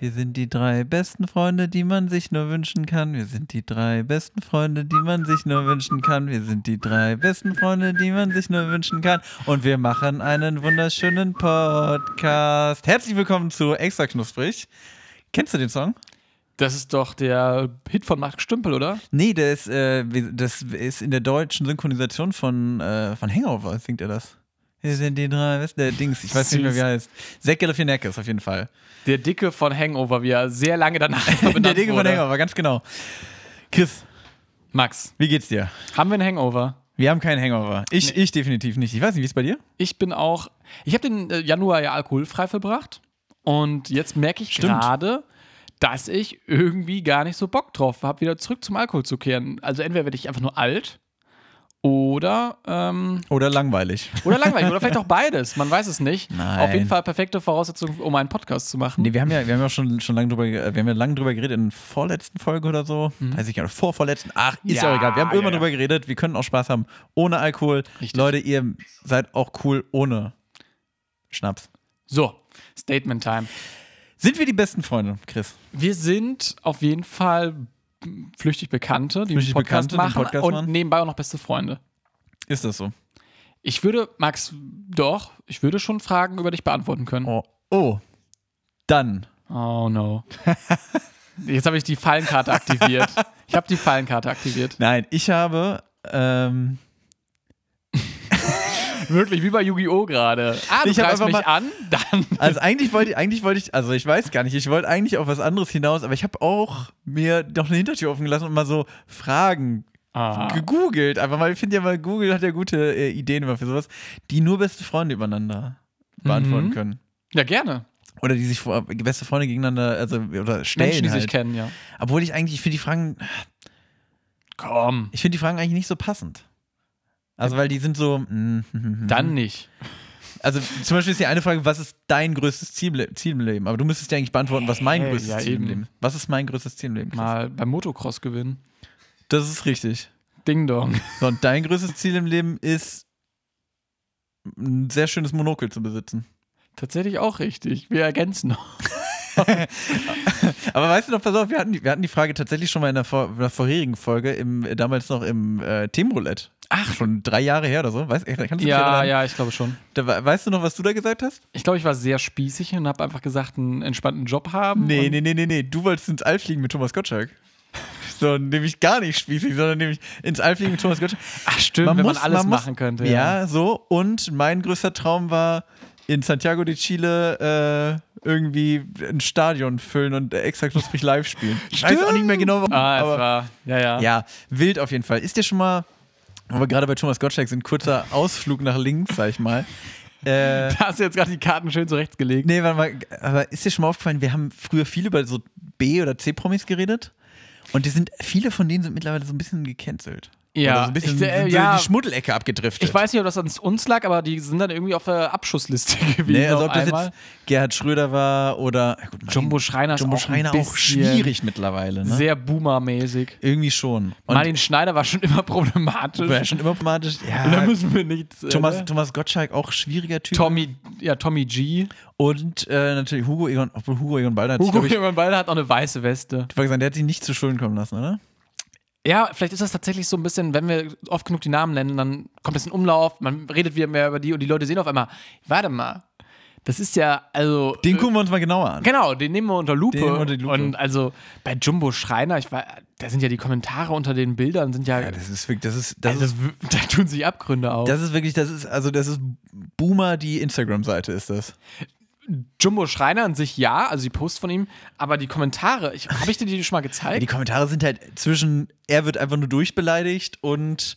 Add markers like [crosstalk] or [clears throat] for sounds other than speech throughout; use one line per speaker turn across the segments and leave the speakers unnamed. Wir sind die drei besten Freunde, die man sich nur wünschen kann. Wir sind die drei besten Freunde, die man sich nur wünschen kann. Wir sind die drei besten Freunde, die man sich nur wünschen kann. Und wir machen einen wunderschönen Podcast. Herzlich willkommen zu Extra Knusprig. Kennst du den Song?
Das ist doch der Hit von Mark Stümpel, oder?
Nee, der ist, äh, das ist in der deutschen Synchronisation von, äh, von Hangover, singt er das. Hier sind die drei, was der Dings, ich weiß nicht mehr, wie er heißt. Zack Galifianakis auf jeden Fall.
Der Dicke von Hangover, wie er sehr lange danach
[laughs] der
benannt
Dicke von
wurde.
Hangover, ganz genau. Chris,
Max,
wie geht's dir?
haben wir einen Hangover?
Wir haben keinen Hangover. Ich, ich definitiv nicht. Ich weiß nicht, wie es bei dir?
Ich bin auch. Ich habe den äh, Januar ja alkoholfrei verbracht. Und jetzt merke ich
Stimmt.
gerade, dass ich irgendwie gar nicht so Bock drauf habe, wieder zurück zum Alkohol zu kehren. Also entweder werde ich einfach nur alt oder ähm,
Oder langweilig?
oder langweilig oder vielleicht auch beides. Man weiß es
[laughs]
nicht.
Nein.
Auf jeden Fall perfekte Voraussetzung, um einen Podcast zu machen.
Nee, wir haben ja, wir haben ja schon, schon lange drüber, ge- äh, wir haben ja lange drüber geredet in der vorletzten Folge oder so. Weiß ich gar nicht, vorvorletzten. Ach, Mhm. ist ja,
Ja,
egal. Wir haben
ja,
immer
ja.
drüber geredet. Wir können auch Spaß haben ohne Alkohol.
Richtig.
Leute, ihr seid auch cool ohne Schnaps.
So, Statement Time.
Sind wir die besten Freunde, Chris?
Wir sind auf jeden Fall flüchtig Bekannte, die
Flüchtig
einen Podcast
Bekannte, die einen
machen
Podcast
und
machen.
nebenbei auch noch beste Freunde.
Ist das so?
Ich würde, Max, doch, ich würde schon Fragen über dich beantworten können. Oh,
Oh. oh. Dann.
[laughs] no. Jetzt habe ich die Fallenkarte aktiviert. Ich habe die Fallenkarte aktiviert.
Nein, ich habe. Ähm,
[laughs] Wirklich, wie bei Yu-Gi-Oh! gerade. Ah, du
Ich hab
greifst
einfach
mich
mal-
an, dann.
also eigentlich wollte, ich- eigentlich wollte ich, also ich weiß gar nicht, ich wollte eigentlich auf was anderes hinaus, aber ich habe auch mir noch eine Hintertür offen gelassen und mal so Fragen
Ah.
gegoogelt. Einfach mal, ich finde ja mal, Google hat ja gute äh, Ideen immer für sowas, die nur beste Freunde übereinander beantworten
Mhm.
können.
Ja, gerne.
Oder die sich vor, beste Freunde gegeneinander, also oder stellen
Menschen, die
halt.
sich kennen, ja.
Obwohl ich eigentlich für die Fragen,
Komm,
ich finde die Fragen eigentlich nicht so passend. Also weil die sind so. mm, [laughs] mm, mm, mm.
dann nicht.
Also zum Beispiel ist die eine Frage, was ist dein größtes Ziel, Ziel im Leben? Aber du müsstest ja eigentlich beantworten, was mein
Hey,
größtes
ja,
Ziel im
eben.
Leben ist. Was ist mein größtes Ziel im Leben? Chris?
Mal beim Motocross gewinnen.
Das ist richtig.
Ding Dong.
So, und dein größtes Ziel im Leben ist, ein sehr schönes Monokel zu besitzen.
[laughs] Tatsächlich auch richtig. Wir ergänzen noch.
Aber weißt du noch, pass auf, wir hatten, die- wir hatten die Frage tatsächlich schon mal in der, vor, in der vorherigen Folge, im, damals noch im äh, Themenroulette. Ach, schon drei Jahre her oder so. Weißt, kannst du dich
Ja,
erinnern?
ja, ich glaube schon.
Da, we- weißt du noch, was du da gesagt hast?
Ich glaube, ich war sehr spießig und habe einfach gesagt, einen entspannten Job haben.
Nee,
und
nee, nee, nee, nee. Du wolltest ins All fliegen mit Thomas Gottschalk. [laughs] So, nämlich gar nicht spießig, sondern nämlich ins All fliegen mit Thomas Gottschalk.
Ach, stimmt, wenn man alles
muss-
machen könnte,
Ja.
ja.
so. Und mein größter Traum war, in Santiago de Chile äh, irgendwie ein Stadion füllen und äh, extra knusprig live spielen. Ich weiß auch nicht mehr genau, warum.
Ah, es
aber
war. Ja, ja.
ja, wild auf jeden Fall. Ist dir schon mal, wo wir gerade bei Thomas Gottschalk sind, kurzer Ausflug nach links, sag ich mal. Äh,
[laughs] Da hast du jetzt gerade die Karten schön zurechtgelegt.
Nee, warte mal, aber ist dir schon mal aufgefallen, wir haben früher viel über so B- oder C-Promis geredet und die sind, viele von denen sind mittlerweile so ein bisschen gecancelt.
Ja,
Oder so ein bisschen
ich- äh,
sind so
ja.
in die Schmuddelecke abgedriftet.
Ich weiß nicht, ob das an uns lag, aber die sind dann irgendwie auf der Abschussliste [laughs] gewesen.
nee, also
auf
ob das
genau einmal.
jetzt Gerhard Schröder war oder ja gut, mein-
Jumbo Schreiner ist
Jumbo
auch,
Schreiner
ein
auch
bisschen
schwierig mittlerweile, ne?
Sehr boomermäßig.
Irgendwie schon. Und
Martin Schneider war schon immer [laughs] problematisch.
war ja schon immer problematisch.
Da
Ja,
müssen wir nichts. äh,
Thomas,
ne?
Thomas Gottschalk auch schwieriger Typ.
Tommy, ja, Tommy G.
Und äh, natürlich Hugo Egon, obwohl Hugo Egon Balder hat sich,
Hugo
glaube ich,
Egon Balder hat auch eine weiße Weste.
ich wollte sagen, der hat sich nicht zu Schulden kommen lassen, oder?
Ja, vielleicht ist das tatsächlich so ein bisschen, wenn wir oft genug die Namen nennen, dann kommt das in Umlauf, man redet wieder mehr über die und die Leute sehen auf einmal, warte mal, das ist ja, also.
Den gucken wir uns mal genauer an.
Genau, den nehmen wir unter Lupe.
Den nehmen wir unter die Lupe.
Und also bei Jumbo Schreiner, ich war, da sind ja die Kommentare unter den Bildern, sind ja,
Ja, das ist wirklich, das ist, das
also,
ist
w- [laughs] da tun sich Abgründe auf.
Das ist wirklich, das ist, also das ist Boomer, die Instagram-Seite ist das.
Jumbo Schreiner an sich ja, also die Posts von ihm, aber die Kommentare, ich, habe ich dir die schon mal
Ja,
gezeigt?
die Kommentare sind halt zwischen, er wird einfach nur durchbeleidigt und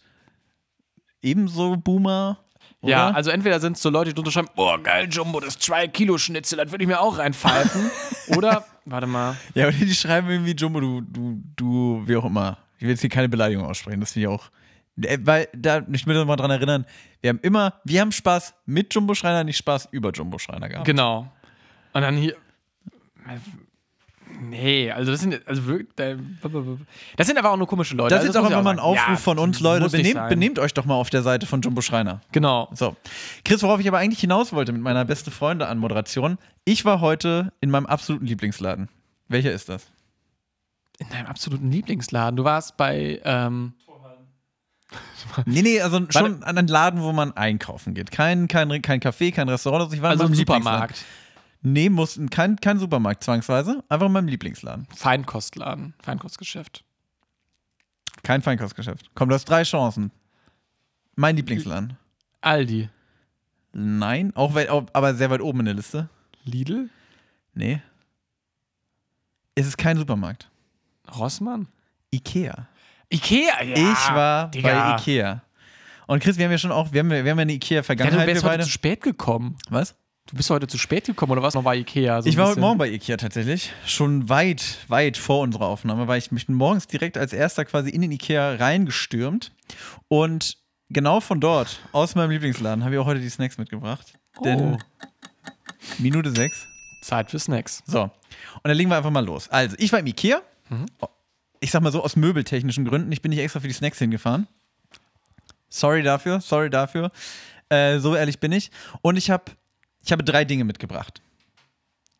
ebenso Boomer. Oder?
Ja, also entweder sind es so Leute, die drunter schreiben, oh geil, Jumbo, das 2-Kilo-Schnitzel, das würde ich mir
[laughs]
auch reinpfeifen. oder, warte mal,
ja, und die schreiben irgendwie Jumbo, du, du, du, wie auch immer. Ich will jetzt hier keine Beleidigung aussprechen, das finde ich auch. Äh, Weil, da, ich will nochmal dran erinnern, wir haben immer, wir haben Spaß mit Jumbo Genau, Schreiner, nicht Spaß über Jumbo Schreiner gehabt.
genau. Und dann hier, Nee, also das sind also wirklich, äh, das sind einfach auch nur komische Leute.
Das ist
also
jetzt auch
muss ich
einfach mal ein
sagen.
Aufruf
Ja,
von uns, Leute.
muss nicht
Benehmt,
sein.
benehmt euch doch mal auf der Seite von Jumbo Schreiner.
Genau.
So. Chris, worauf ich aber eigentlich hinaus wollte mit meiner beste Freunde Anmoderation. Ich war heute in meinem absoluten Lieblingsladen. Welcher ist das?
In deinem absoluten Lieblingsladen. Du warst bei ähm,
[laughs] Nee, nee, also schon an einen Laden, wo man einkaufen geht. Kein, kein, kein Café, kein Restaurant. Also ich war
also
in
im
meinem
Supermarkt.
Lieblingsladen. Nee, mussten kein, kein Supermarkt zwangsweise. Einfach in meinem Lieblingsladen.
Feinkostladen, Feinkostgeschäft.
Kein Feinkostgeschäft. Komm, du hast drei Chancen. Mein Lieblingsladen.
Aldi.
Nein, auch weit, auch- aber sehr weit oben in der Liste.
Lidl?
Nee. Es ist kein Supermarkt.
Rossmann?
Ikea.
Ikea, ja.
ich war
Digga.
bei Ikea. Und Chris, wir haben ja schon auch, wir haben, ja- wir haben ja eine
Ja, du
Ikea-Vergangenheit, wir
wärst heute
beide.
zu spät gekommen.
Was?
Du bist heute zu spät gekommen oder warst noch bei Ikea? So ein
ich war heute
bisschen?
Morgen bei Ikea tatsächlich. Schon weit, weit vor unserer Aufnahme, weil ich mich morgens direkt als erster quasi in den Ikea reingestürmt. Und genau von dort, aus meinem Lieblingsladen, habe ich auch heute die Snacks mitgebracht. Denn
Oh.
Minute sechs.
Zeit für Snacks.
So, und dann legen wir einfach mal los. Also, ich war im Ikea. Ich sag mal so, aus möbeltechnischen Gründen. Ich bin nicht extra für die Snacks hingefahren. Sorry dafür, sorry dafür. Äh, so ehrlich bin ich. Und ich, hab, ich habe drei Dinge mitgebracht.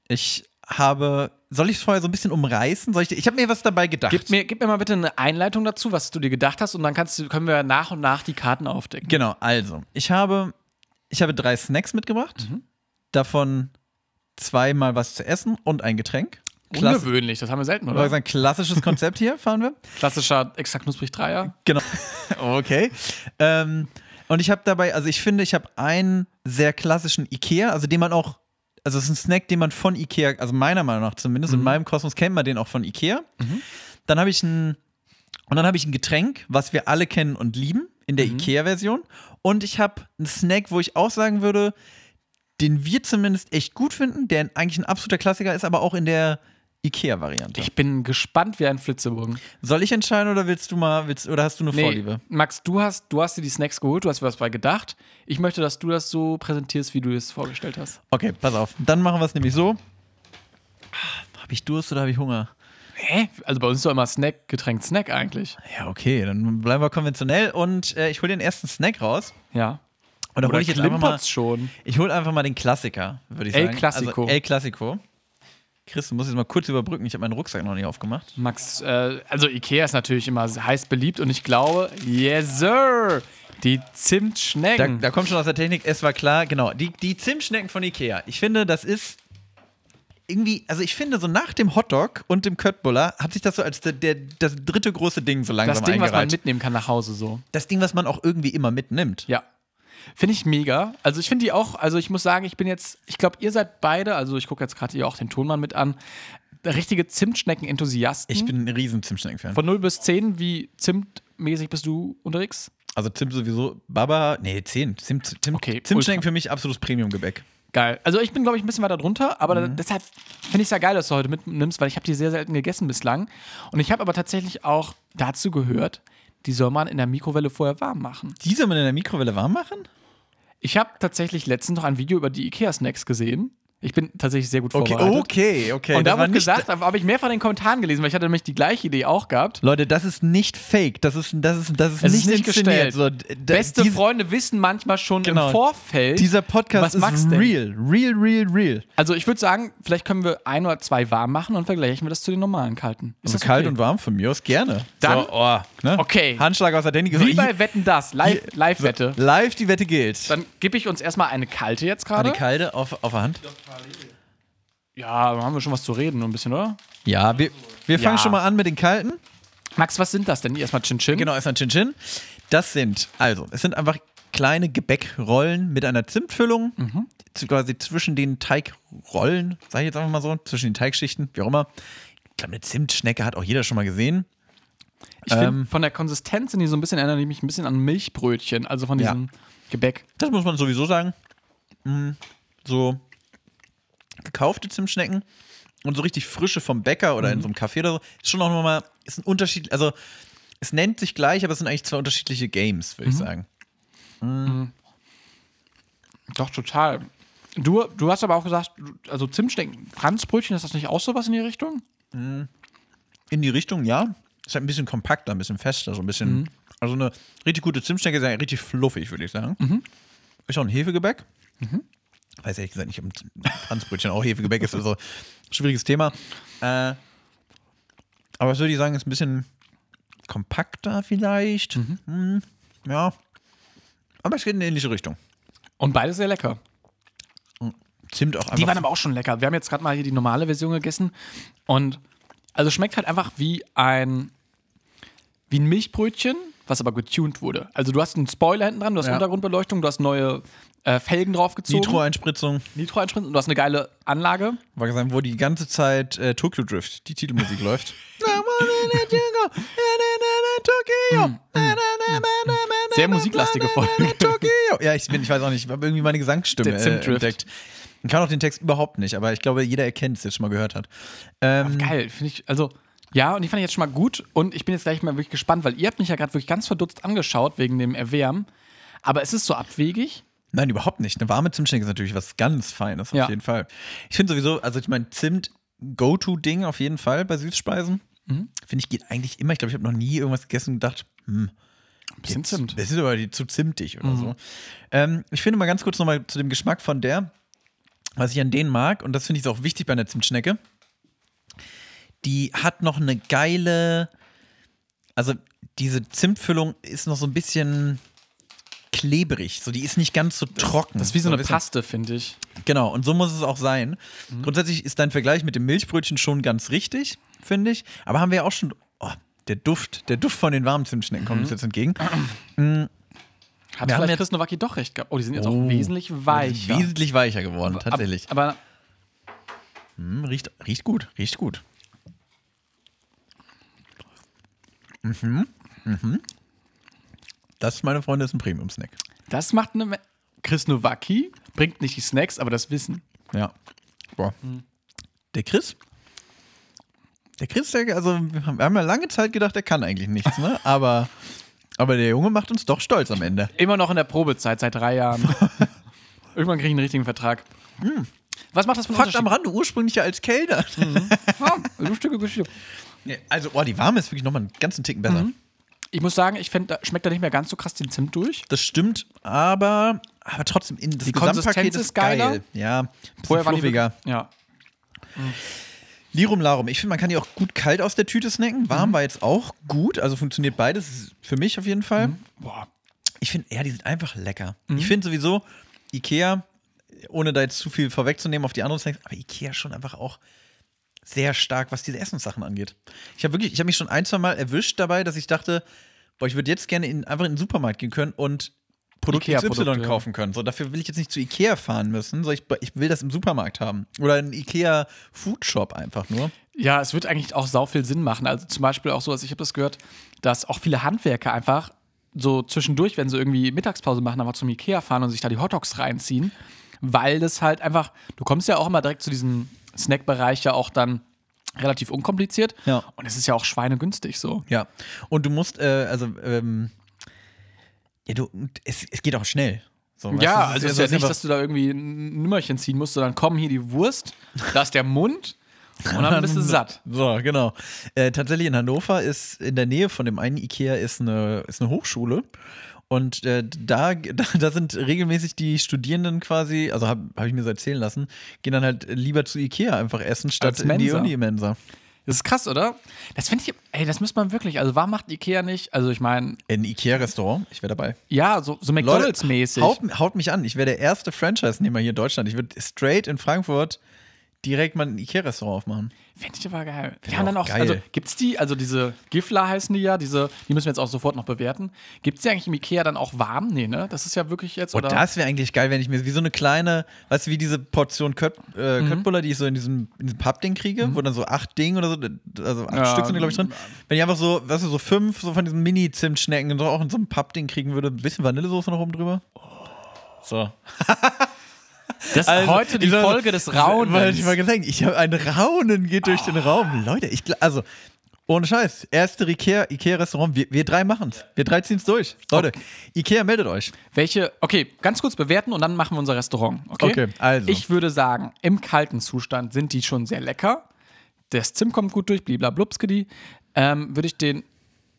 Ich habe. Soll ich es vorher so ein bisschen umreißen? Soll ich, ich habe mir was dabei gedacht.
Gib mir, gib mir mal bitte eine Einleitung dazu, was du dir gedacht hast, und dann kannst du, können wir nach und nach die Karten aufdecken.
Genau, also, ich habe, ich habe drei Snacks mitgebracht.
Mhm.
Davon zweimal was zu essen und ein Getränk. Klass
Ungewöhnlich, das haben wir selten,
Ich wollte
oder?
sagen, klassisches Konzept hier, fahren wir.
Klassischer extra knusprig Dreier.
Genau. Okay. ähm, und ich habe dabei, also ich finde, ich habe einen sehr klassischen Ikea, also den man auch, also es ist ein Snack, den man von Ikea, also meiner Meinung nach zumindest, in meinem Kosmos kennt man den auch von Ikea. Dann habe ich ein, und dann habe ich ein Getränk, was wir alle kennen und lieben, in der Ikea-Version. Und ich habe einen Snack, wo ich auch sagen würde, den wir zumindest echt gut finden, der eigentlich ein absoluter Klassiker ist, aber auch in der Ikea-Variante.
Ich bin gespannt wie ein Flitzebogen.
Soll ich entscheiden oder willst du mal, willst, oder hast du eine Vorliebe?
Max, du hast, du hast dir die Snacks geholt, du hast dir was bei gedacht. Ich möchte, dass du das so präsentierst, wie du es vorgestellt hast.
Okay, pass auf. Dann machen wir es nämlich so. Habe ich Durst oder habe ich Hunger?
Hä? Also bei uns ist doch immer Snack, Getränk, Snack eigentlich.
Ja, okay, dann bleiben wir konventionell und äh, ich hole den ersten Snack raus.
Ja.
Und dann hole ich jetzt einfach mal,
klimpert's schon.
ich hol einfach mal den Klassiker, würde ich
El
sagen.
Clasico.
Also El Clasico. Chris, du musst jetzt mal kurz überbrücken. Ich habe meinen Rucksack noch nicht aufgemacht.
Max, äh, also Ikea ist natürlich immer heiß beliebt und ich glaube, yes sir, die
Da,
Zimtschnecken.
da kommt schon aus der Technik, es war klar, genau. Die, die Zimtschnecken von Ikea. Ich finde, das ist irgendwie, also ich finde, so nach dem Hotdog und dem Köttbullar hat sich das so als der, der, das dritte große Ding so langsam
das Ding, was man
eingereiht.
mitnehmen kann nach Hause so.
das Ding, was man auch irgendwie immer mitnimmt.
Ja. Finde ich mega. Also ich finde die auch, also ich muss sagen, ich bin jetzt, ich glaube, ihr seid beide, also ich gucke jetzt gerade ihr auch den Tonmann mit an, richtige Zimtschnecken-Enthusiasten.
Ich bin ein riesen Zimtschnecken-Fan.
Mhm. Von 0 bis 10, wie zimtmäßig bist du unterwegs?
Also Zimt sowieso, Baba, nee, 10. Zimt, Zimt,
Okay,
Zimtschnecken für mich absolutes Premium-Gebäck.
Geil. Also ich bin, glaube ich, ein bisschen weiter drunter, aber
Mhm.
da- deshalb finde ich es ja geil, dass du heute mitnimmst, weil ich habe die sehr selten gegessen bislang. Und ich habe aber tatsächlich auch dazu gehört, die soll man in der Mikrowelle vorher warm machen.
Die soll man in der Mikrowelle warm machen?
Ich habe tatsächlich letztens noch ein Video über die Ikea-Snacks gesehen. Ich bin tatsächlich sehr gut
Okay,
vorbereitet.
okay, okay.
Und da
das war
wurde
nicht-
gesagt, habe ich mehrfach in den Kommentaren gelesen, weil ich hatte nämlich die gleiche Idee auch gehabt.
Leute, das ist nicht fake. Das ist, das ist, das ist
Es
nicht,
ist nicht
inszeniert.
gestellt.
So, d- d-
Beste
diese-
Freunde wissen manchmal schon
Genau.
im Vorfeld.
Dieser Podcast
was
ist
Max denkt.
real. Real, real, real.
also ich würde sagen, vielleicht können wir ein oder zwei warm machen und vergleichen wir das zu den normalen kalten. Ist
Also
das
kalt
okay?
und warm von mir aus gerne.
Dann-
so, oh, ne?
Okay.
Handschlag aus der Technik.
Wie
So,
bei Wetten das,
hier-
Live- Live-Wette.
so, live die Wette gilt.
Dann gebe ich uns erstmal eine kalte jetzt
Eine
gerade.
kalte auf, auf der Hand.
Ja, haben wir schon was zu reden, nur ein bisschen, oder?
Ja, wir, wir fangen
Ja.
schon mal an mit den kalten.
Max, was sind das denn? Erstmal Chin Chin.
Genau, erstmal Chin Chin. Das sind, also, es sind einfach kleine Gebäckrollen mit einer Zimtfüllung, Z- quasi zwischen den Teigrollen, sage ich jetzt einfach mal so, zwischen den Teigschichten, wie auch immer. Ich glaube, eine Zimtschnecke hat auch jeder schon mal gesehen.
Ich finde,
Ähm.
von der Konsistenz sind die so ein bisschen, erinnern die mich ein bisschen an Milchbrötchen, also von
Ja.
diesem Gebäck.
Das muss man sowieso sagen. Mm, So gekaufte Zimtschnecken und so richtig frische vom Bäcker oder in so einem Café oder so, ist schon auch nochmal, ist ein Unterschied, also es nennt sich gleich, aber es sind eigentlich zwei unterschiedliche Games, würde ich sagen.
Doch, total. Du, du hast aber auch gesagt, du- also Zimtschnecken, Franzbrötchen, ist das nicht auch sowas in die Richtung?
In die Richtung, ja. Ist halt ein bisschen kompakter, ein bisschen fester, so ein bisschen.
Mhm.
Also eine richtig gute Zimtschnecke ist ja richtig fluffig, würde ich sagen.
Mhm.
Ist auch ein Hefegebäck. Weiß ehrlich gesagt nicht, ob ein Franzbrötchen auch Hefegebäck ist. Also schwieriges Thema. Äh, aber was würde ich sagen, ist ein bisschen kompakter vielleicht.
Mhm.
Hm, ja. Aber es geht in eine ähnliche Richtung.
Und beides sehr lecker.
Zimt auch einfach.
Die waren aber auch schon lecker. Wir haben jetzt gerade mal hier die normale Version gegessen. Und also schmeckt halt einfach wie ein, wie ein Milchbrötchen, was aber getuned wurde. Also du hast einen Spoiler hinten dran, du hast
Ja.
Untergrundbeleuchtung, du hast neue äh, Felgen draufgezogen.
Nitro-Einspritzung.
Nitro einspritzen und du hast eine geile Anlage.
War gesagt, wo die ganze Zeit äh, Tokyo Drift, die
[laughs]
Titelmusik läuft. Hm,
Sehr musiklastige Folge.
Tokyo. [laughs] Ja, ich, bin, ich weiß auch nicht, ich habe irgendwie meine Gesangsstimme
Der
äh,
Zimtdrift.
entdeckt. Ich kann auch den Text überhaupt nicht, aber ich glaube, jeder erkennt es, der es schon mal gehört hat. Ähm,
Geil, finde ich. Also, ja, und die fand ich jetzt schon mal gut. Und ich bin jetzt gleich mal wirklich gespannt, weil ihr habt mich ja gerade wirklich ganz verdutzt angeschaut wegen dem Erwärmen. Aber es ist so abwegig.
Nein, überhaupt nicht. Eine warme Zimtschnecke ist natürlich was ganz Feines, auf
Ja.
jeden Fall. Ich finde sowieso, also ich meine, Zimt, Go-To-Ding auf jeden Fall bei Süßspeisen.
Mhm.
Finde ich, geht eigentlich immer. Ich glaube, ich habe noch nie irgendwas gegessen und gedacht, hm,
Ein bisschen
Jetzt-
Zimt.
Das ist aber die- zu zimtig
Mhm.
oder so. Ähm, ich finde mal ganz kurz nochmal zu dem Geschmack von der, was ich an denen mag, und das finde ich auch wichtig bei einer Zimtschnecke. Die hat noch eine geile, also diese Zimtfüllung ist noch so ein bisschen klebrig, so die ist nicht ganz so trocken.
Das ist wie so
ein
eine
bisschen-
Paste, Mhm. finde ich.
Genau, und so muss es auch sein. Grundsätzlich ist dein Vergleich mit dem Milchbrötchen schon ganz richtig, finde ich. Aber haben wir ja auch schon. Oh, der Duft, der Duft von den warmen Zimtschnecken
Mhm.
kommt uns jetzt
Ah.
entgegen.
Hat
Wir haben
vielleicht
jetzt-
Chris Nowacki doch recht gehabt. Oh, die sind jetzt
Oh,
auch wesentlich weicher.
Wesentlich weicher geworden, tatsächlich.
Ab, aber
Hm, riecht, riecht gut, riecht gut. Mhm, mhm. Das, meine Freunde, ist ein Premium-Snack.
das macht eine. Me- Chris Nowacki bringt nicht die Snacks, aber das Wissen.
Ja. Boah.
Mhm.
Der Chris? Der Chris, der, also wir haben wir haben ja lange Zeit gedacht, der kann eigentlich nichts,
[laughs]
ne? Aber, aber der Junge macht uns doch stolz am Ende.
Immer noch in der Probezeit, seit
[laughs]
drei Jahren. Irgendwann kriege ich einen richtigen Vertrag. Was macht das für einen
Hm. Fakt am
Unterschied?
Rande, ursprünglich ja als Kellner.
Ah, Lustige Geschichte.
Nee, Also, oh, die warme ist wirklich nochmal einen ganzen Ticken
Mhm.
besser.
Ich muss sagen, ich find, da schmeckt da nicht mehr ganz so krass den Zimt durch.
Das stimmt, aber, aber trotzdem, in, das
Die Konsistenz ist geiler.
geil. Ja, ein bisschen
waren die
fluffiger.
wirklich- Ja.
Lirum Larum. Ich finde, man kann die auch gut kalt aus der Tüte snacken. Warm
Mhm.
war jetzt auch gut. Also funktioniert beides für mich auf jeden Fall.
Boah.
Ich finde, ja, die sind einfach lecker. Ich finde sowieso Ikea, ohne da jetzt zu viel vorwegzunehmen auf die anderen Snacks, aber Ikea schon einfach auch sehr stark, was diese Essenssachen angeht. Ich habe wirklich, ich habe mich schon ein, zwei Mal erwischt dabei, dass ich dachte, boah, ich würde jetzt gerne in, einfach in den Supermarkt gehen können und Produkt
Ikea
XY
Produkte.
kaufen können. So, dafür will ich jetzt nicht zu Ikea fahren müssen, sondern ich, ich will das im Supermarkt haben. Oder einen Ikea Foodshop einfach nur.
Ja, es wird eigentlich auch sau viel Sinn machen. Also zum Beispiel auch so, also ich habe das gehört, dass auch viele Handwerker einfach so zwischendurch, wenn sie irgendwie Mittagspause machen, einfach zum Ikea fahren und sich da die Hotdogs reinziehen, weil das halt einfach, du kommst ja auch immer direkt zu diesem Snackbereich ja auch dann relativ unkompliziert
Ja.
und es ist ja auch schweinegünstig so.
Ja. Und du musst, äh, also, ähm, ja, du, es, es geht auch schnell. So, weißt du,
Ja,
es
also es ist
also
ja
es
nicht,
einfach-
dass du da irgendwie ein Nimmerchen ziehen musst, sondern komm hier die Wurst, da ist
[laughs]
der Mund und dann bist du satt.
So, genau. Äh, tatsächlich in Hannover ist in der Nähe von dem einen Ikea ist eine, ist eine Hochschule. Und äh, da, [laughs] da, da sind regelmäßig die Studierenden quasi, also habe hab ich mir so erzählen lassen, gehen dann halt lieber zu Ikea einfach essen, statt
Als
in die
Mensa.
Uni-Mensa.
Das ist krass, oder? Das finde ich, ey, das muss man wirklich, also warum macht Ikea nicht, also ich meine,
In Ikea-Restaurant, ich wäre dabei.
Ja, so, so McDonalds-mäßig.
haut, haut mich an, ich wäre der erste Franchise-Nehmer hier in Deutschland. Ich würde straight in Frankfurt direkt mal ein Ikea-Restaurant aufmachen.
Fände ich aber geil. Wir haben dann
auch
auch,
geil.
also gibt's die, also diese Gifler heißen die ja, diese, die müssen wir jetzt auch sofort noch bewerten. Gibt's die eigentlich im Ikea dann auch warm? Nee, ne? Das ist ja wirklich jetzt,
Und
oder?
das wäre eigentlich geil, wenn ich mir wie so eine kleine, weißt du, wie diese Portion Köt, äh,
Mhm.
Köttbullar, die ich so in diesem, in diesem Pappding kriege, wo dann so acht Ding oder so, also acht
Ja, ähm,
Stück sind, glaube ich, drin. Wenn ich einfach so, weißt du, so fünf so von diesen Mini-Zimtschnecken und so auch in so einem Pappding kriegen würde, ein bisschen Vanillesoße noch oben drüber. So.
Das ist heute Also, die
ich sag-
Folge des
Wollte also ich
Raunens.
mal gesagt, ich habe ein Raunen geht durch den Raum. Leute, ich, gl- also, ohne Scheiß, erste Ikea- Ikea-Restaurant, wir, wir drei machen's. Wir drei ziehen's durch. Leute, Ikea meldet euch.
Welche, okay, ganz kurz bewerten und dann machen wir unser Restaurant. Okay,
Okay, also.
Ich würde sagen, im kalten Zustand sind die schon sehr lecker. das Zimt kommt gut durch, bliblablubskedi, ähm, würde ich den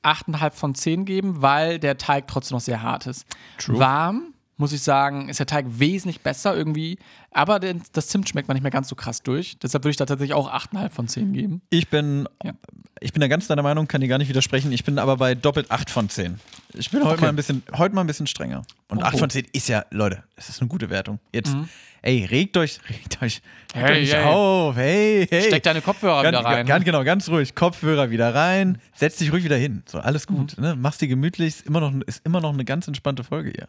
8,5 von 10 geben, weil der Teig trotzdem noch sehr hart ist.
True.
Warm, muss ich sagen, ist der Teig wesentlich besser irgendwie, aber den, das Zimt schmeckt man nicht mehr ganz so krass durch. Deshalb würde ich da tatsächlich auch 8,5 von 10 geben.
Ich bin,
Ja.
ich bin da ganz deiner Meinung, kann dir gar nicht widersprechen. Ich bin aber bei doppelt 8 von 10. Ich bin heute,
Okay.
mal ein bisschen, heute mal ein bisschen strenger. Und
Oh,
8
oh. Mhm.
von 10 ist ja, Leute, es ist eine gute Wertung. Jetzt, ey, regt euch, regt euch, regt
Hey,
euch nicht
hey.
auf, hey, hey.
Steck deine Kopfhörer
ganz,
wieder rein.
Ganz, genau, ganz ruhig, Kopfhörer wieder rein, setz dich ruhig wieder hin. So, alles
Mhm.
gut, ne? mach's dir gemütlich, ist immer, noch, ist immer noch eine ganz entspannte Folge hier.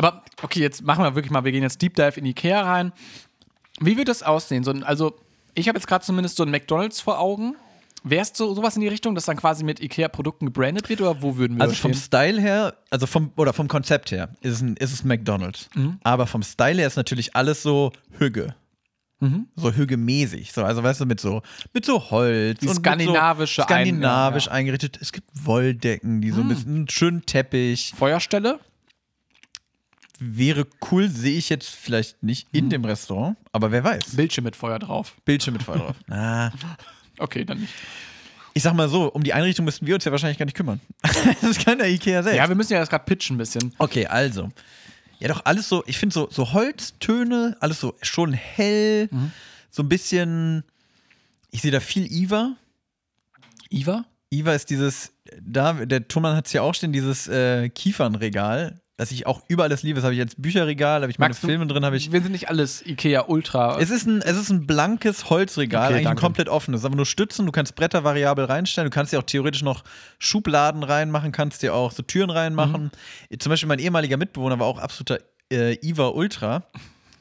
Aber okay, jetzt machen wir wirklich mal, wir gehen jetzt Deep Dive in Ikea rein. Wie wird das aussehen? So ein, also, ich habe jetzt gerade zumindest so ein McDonalds vor Augen. Wärst so sowas in die Richtung, dass dann quasi mit Ikea-Produkten gebrandet wird oder wo würden wir
Also vom
stehen?
Style her, also vom oder vom Konzept her, ist es, ein, ist es McDonald's.
Mhm.
Aber vom Style her ist natürlich alles so Hüge.
Mhm.
So Hüge-mäßig. So, also weißt du, mit so, mit so Holz. mit
skandinavische
so Skandinavisch
Ein- Mhm.
eingerichtet. Es gibt Wolldecken, die so ein bisschen einen schönen Teppich.
Feuerstelle?
Wäre cool, sehe ich jetzt vielleicht nicht in dem Restaurant, aber wer weiß. Ah,
Bildschirm Mhm. mit Feuer drauf.
Bildschirm mit [laughs] Feuer drauf. Na,
Okay, dann nicht.
ich sag mal so, um die Einrichtung müssten wir uns ja wahrscheinlich gar nicht kümmern. [laughs] das kann der Ikea selbst.
Ja, wir müssen ja das gerade pitchen ein bisschen.
Okay, also. Ja, doch, alles so, ich finde so, so Holztöne, alles so schon hell,
Mhm.
so ein bisschen. Ich sehe da viel Iva.
Iva?
Iva ist dieses, da, der Thomann hat es ja auch stehen, dieses äh, Kiefernregal, das ich auch über alles liebe. Das habe ich als Bücherregal, habe ich meine
Magst du-
Filme drin, habe ich.
Ich, wir sind nicht alles Ikea Ultra.
Es ist, ein, es ist ein blankes Holzregal,
Äh, Okay,
eigentlich ein
danke.
komplett offenes. Es ist einfach nur Stützen, du kannst Bretter variabel reinstellen, du kannst dir auch theoretisch noch Schubladen reinmachen, kannst dir auch so Türen reinmachen.
Mhm.
Zum Beispiel mein ehemaliger Mitbewohner war auch absoluter äh, Iva Ultra.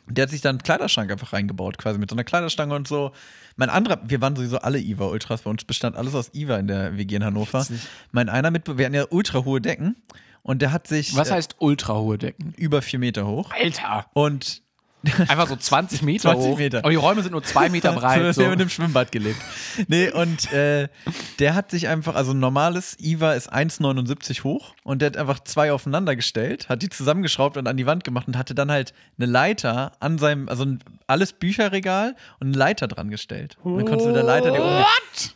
Der hat sich dann einen Kleiderschrank einfach reingebaut, quasi mit so einer Kleiderstange und so. Mein anderer, wir waren sowieso alle Iva-Ultras, bei uns bestand alles aus Iva in der WG in Hannover. Mein einer Mitbewohner, wir hatten ja ultra hohe Decken und der hat sich
Was
äh,
heißt ultra hohe Decken?
über vier Meter hoch.
Alter!
Und [laughs]
Einfach so 20 Meter
20
hoch.
Meter.
Aber die Räume sind nur
[laughs]
2 Meter breit.
So.
So.
Der mit dem Schwimmbad gelebt. Nee, und äh, der hat sich einfach, also ein normales IVA ist 1,79 hoch und der hat einfach zwei aufeinander gestellt, hat die zusammengeschraubt und an die Wand gemacht und hatte dann halt eine Leiter an seinem, also ein, alles Bücherregal und eine Leiter dran gestellt. Und dann konntest du mit der Leiter die oben.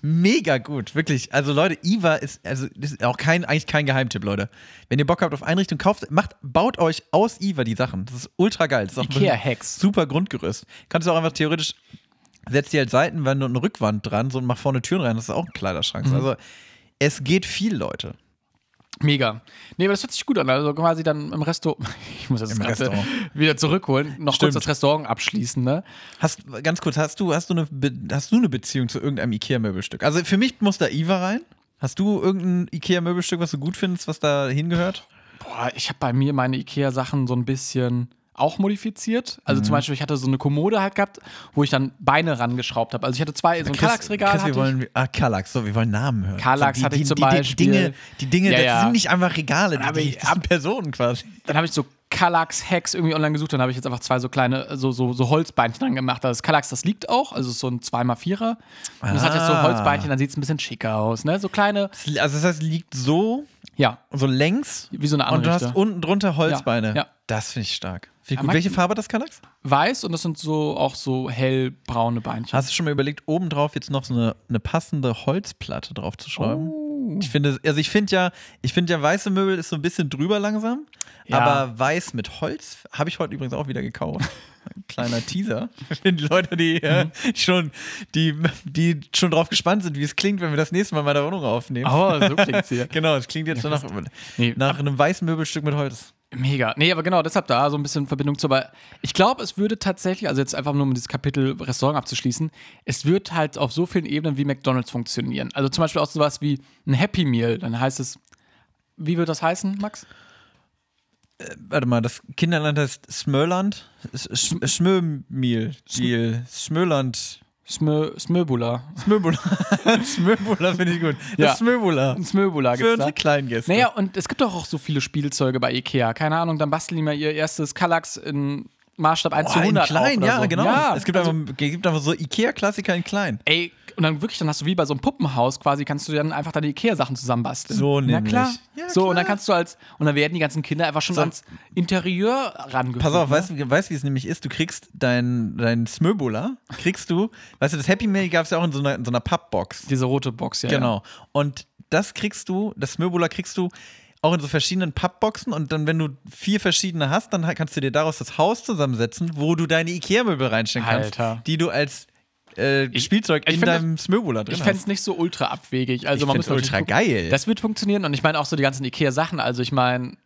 Mega gut, wirklich. Also Leute, IVA ist, also das ist auch kein, eigentlich kein Geheimtipp, Leute. Wenn ihr Bock habt auf Einrichtung, kauft, macht, baut euch aus IVA die Sachen. Das ist ultra geil. Das ist auch ein
Ikea-Hacks.
Super Grundgerüst. Kannst du auch einfach theoretisch setz dir halt Seitenwände und eine Rückwand dran so und mach vorne Türen rein. Das ist auch ein Kleiderschrank.
Mhm.
Also es geht viel, Leute.
Mega. Nee, aber das hört sich gut an. Also quasi dann im Restaurant. [laughs] Ich muss das
Im
Ganze
Restaurant.
wieder zurückholen. Noch
Stimmt.
kurz das Restaurant abschließen, ne?
Hast, ganz kurz, hast du, hast, du eine, Be- hast du eine Beziehung zu irgendeinem Ikea-Möbelstück? Also für mich muss da IVA rein. Hast du irgendein Ikea-Möbelstück, was du gut findest, was da hingehört?
Boah, ich habe bei mir meine IKEA-Sachen so ein bisschen auch modifiziert.
Mhm.
Also zum Beispiel, ich hatte so eine Kommode halt gehabt, wo ich dann Beine rangeschraubt habe. Also ich hatte zwei, so ein Kallax-Regal
Chris,
hatte
wir
ich.
wollen, ah, Kallax, so, wir wollen Namen hören.
Kallax
so,
hatte ich zum
die,
Beispiel.
Die Dinge, die Dinge
Ja,
das
ja.
sind nicht einfach Regale,
Aber
die, die,
ich-
das sind Personen quasi.
dann habe ich so Kallax-Hacks irgendwie online gesucht. Dann habe ich jetzt einfach zwei so kleine, so, so, so Holzbeinchen dran gemacht. Also das Kallax, das liegt auch. Also es ist so ein 2x4er. Und das hat jetzt so
Ah.
Holzbeinchen, dann sieht es ein bisschen schicker aus. Ne? So kleine,
Also das heißt, liegt so,
ja,
so längs
wie so eine
und du
andere.
hast unten drunter Holzbeine.
Ja, ja.
Das finde ich stark. Find ich
Ja,
gut.
mag-
Welche Farbe hat das Kallax?
Weiß und das sind so auch so hellbraune Beinchen.
Hast du schon mal überlegt, obendrauf jetzt noch so eine, eine passende Holzplatte drauf zu schreiben?
Oh.
Ich finde, also ich finde ja, ich finde ja, weiße Möbel ist so ein bisschen drüber langsam,
Ja.
aber weiß mit Holz habe ich heute übrigens auch wieder
[laughs]
gekauft. Ein Kleiner Teaser für die Leute, die, äh,
Mhm.
schon, die, die schon drauf gespannt sind, wie es klingt, wenn wir das nächste Mal in meiner Wohnung aufnehmen. [laughs]
Oh, so klingt's hier. [laughs]
Genau, es klingt jetzt nach,
Nee,
nach einem weißen Möbelstück mit Holz.
Mega. Nee, aber genau, deshalb da so ein bisschen Verbindung zu. Aber ich glaube, es würde tatsächlich, also jetzt einfach nur um dieses Kapitel Restaurant abzuschließen, es wird halt auf so vielen Ebenen wie McDonalds funktionieren. Also zum Beispiel auch sowas wie ein Happy Meal. Dann heißt es, wie wird das heißen, Max?
Warte mal, das Kinderland heißt Smörland? Sch- Sch- Schmömiel. Schmöland. Schmöland.
Smö, Smöbula. [laughs]
[laughs] Smöbula. Smöbula finde ich gut. Das
Ja.
Smöbula.
Ein Smöbula
Für
gibt's da.
unsere Kleingäste.
Naja, und es gibt doch auch so viele Spielzeuge bei Ikea. Keine Ahnung, dann basteln die mal ihr erstes Kallax in Maßstab
Oh,
1 zu
Oh, in
100 auf
klein,
oder
ja,
so.
genau.
Ja, also
es gibt, einfach, gibt einfach so Ikea-Klassiker in klein.
Ey, und dann wirklich, dann hast du wie bei so einem Puppenhaus quasi, kannst du dann einfach deine Ikea-Sachen zusammenbasteln.
So
Na
nämlich.
klar.
Ja,
so, und dann
klar.
kannst du als, und dann werden die ganzen Kinder einfach schon
So.
ans Interieur rangeführt.
Pass auf,
ne?
weißt du, weißt, du, wie es nämlich ist? Du kriegst dein, dein Smöbula, kriegst du, weißt du, das Happy Meal gab es ja auch in so einer, in so einer Pappbox.
Diese rote Box, ja. Ja.
Genau. Und das kriegst du, das Smöbula kriegst du auch in so verschiedenen Pappboxen und dann, wenn du vier verschiedene hast, dann ha- kannst du dir daraus das Haus zusammensetzen, wo du deine Ikea-Möbel reinstellen kannst,
Alter.
die du als äh, Spielzeug
ich
in
find
deinem Smöbula drin
Ich fände
hast.
es nicht so ultra abwegig. Also
Genau. Ich
man
find's
muss natürlich
ultra
gucken.
geil.
Das wird funktionieren und ich meine auch so die ganzen Ikea-Sachen. Also ich meine,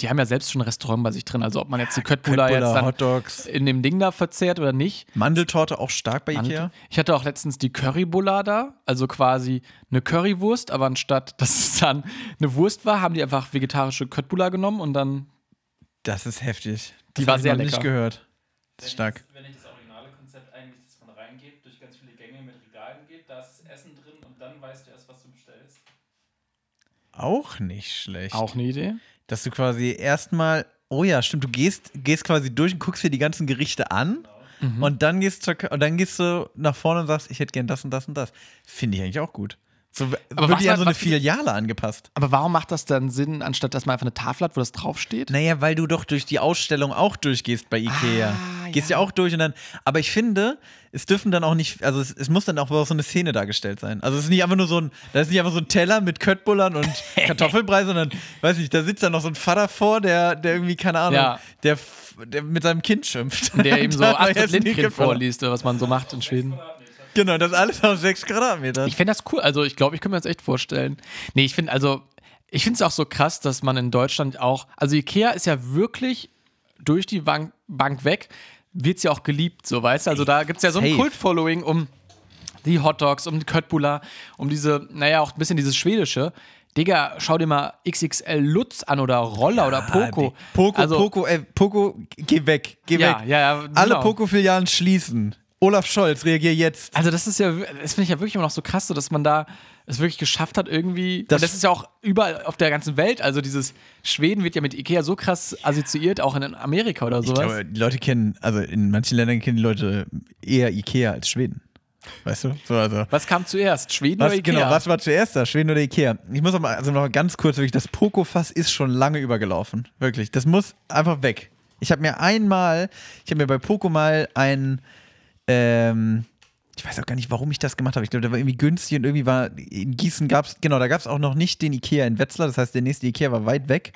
die haben ja selbst schon ein Restaurant bei sich drin. Also ob man jetzt die Köttbullar jetzt
Köttbullar,
dann
Hot Dogs.
in dem Ding da verzehrt oder nicht.
Mandeltorte auch stark bei Ikea.
Ich hatte auch letztens die Currybulla da, also quasi eine Currywurst, aber anstatt [laughs] dass es dann eine Wurst war, haben die einfach vegetarische Köttbulla genommen und dann
Das ist heftig.
Die
Das
war
hab ich
sehr
noch nicht
lecker.
gehört. Das ist stark.
Wenn ich das originale Konzept eigentlich, dass man reingeht, durch ganz viele Gänge mit Regalen geht, da ist Essen drin und dann weißt du erst, was du bestellst.
Auch nicht schlecht.
auch eine Idee.
Dass du quasi erstmal, oh ja, stimmt, du gehst, gehst quasi durch und guckst dir die ganzen Gerichte an
Genau. Mhm.
und dann gehst du und dann gehst du nach vorne und sagst, ich hätte gern das und das und das. Finde ich eigentlich auch gut. So w-
Aber
wird
was
die an so
man-
eine
was-
Filiale angepasst.
Aber warum macht das dann Sinn, anstatt dass man einfach eine Tafel hat, wo das draufsteht?
Naja, weil du doch durch die Ausstellung auch durchgehst bei Ikea.
Ah,
gehst ja. auch durch und dann, aber ich finde, es dürfen dann auch nicht, also es, es muss dann auch so eine Szene dargestellt sein. Also es ist nicht einfach nur so ein, da ist nicht einfach so ein Teller mit Köttbullern
[laughs]
und Kartoffelbrei, sondern, weiß nicht, da sitzt dann noch so ein Vater vor, der, der irgendwie, keine Ahnung,
Ja.
der, f- der mit seinem Kind schimpft.
Der eben [laughs]
[laughs]
so
Da war
Astrid
jetzt nie
Lindgren
Köttbullar.
vorliest, oder was man so macht in Schweden.
Genau, das alles auf sechs Quadratmetern.
Ich fände das cool. Also ich glaube, ich könnte mir das echt vorstellen. Nee, ich finde also, ich finde es auch so krass, dass man in Deutschland auch, also Ikea ist ja wirklich durch die Bank, Bank weg, wird es ja auch geliebt, so weißt du. Also da gibt es ja so ein
safe.
Kult-Following um die Hotdogs, um die Köttbullar, um diese, naja, auch ein bisschen dieses Schwedische. Digga, schau dir mal XXL Lutz an oder Roller oder Poco.
Ah, Poco,
also,
Poco, ey, Poco, geh weg, geh
Ja,
weg.
ja, ja,
Alle
genau.
Poco-Filialen schließen. Olaf Scholz, reagier jetzt.
Also das ist ja, das finde ich ja wirklich immer noch so krass, so dass man da es wirklich geschafft hat irgendwie.
Das-
und das ist ja auch überall auf der ganzen Welt. Also dieses Schweden wird ja mit Ikea so krass assoziiert, auch in Amerika oder
Ich
sowas.
glaube, die Leute kennen, also in manchen Ländern kennen die Leute eher Ikea als Schweden. Weißt du? So, also.
was kam zuerst, Schweden
Was,
oder Ikea?
genau, was war zuerst da, Schweden oder Ikea? Ich muss aber also noch ganz kurz, wirklich, das Poco-Fass ist schon lange übergelaufen. Wirklich, das muss einfach weg. Ich habe mir einmal, ich habe mir bei Poco mal ein, ähm, ich weiß auch gar nicht, warum ich das gemacht habe. Ich glaube, der war irgendwie günstig und irgendwie war, in Gießen gab es, genau, da gab es auch noch nicht den Ikea in Wetzlar. Das heißt, der nächste Ikea war weit weg.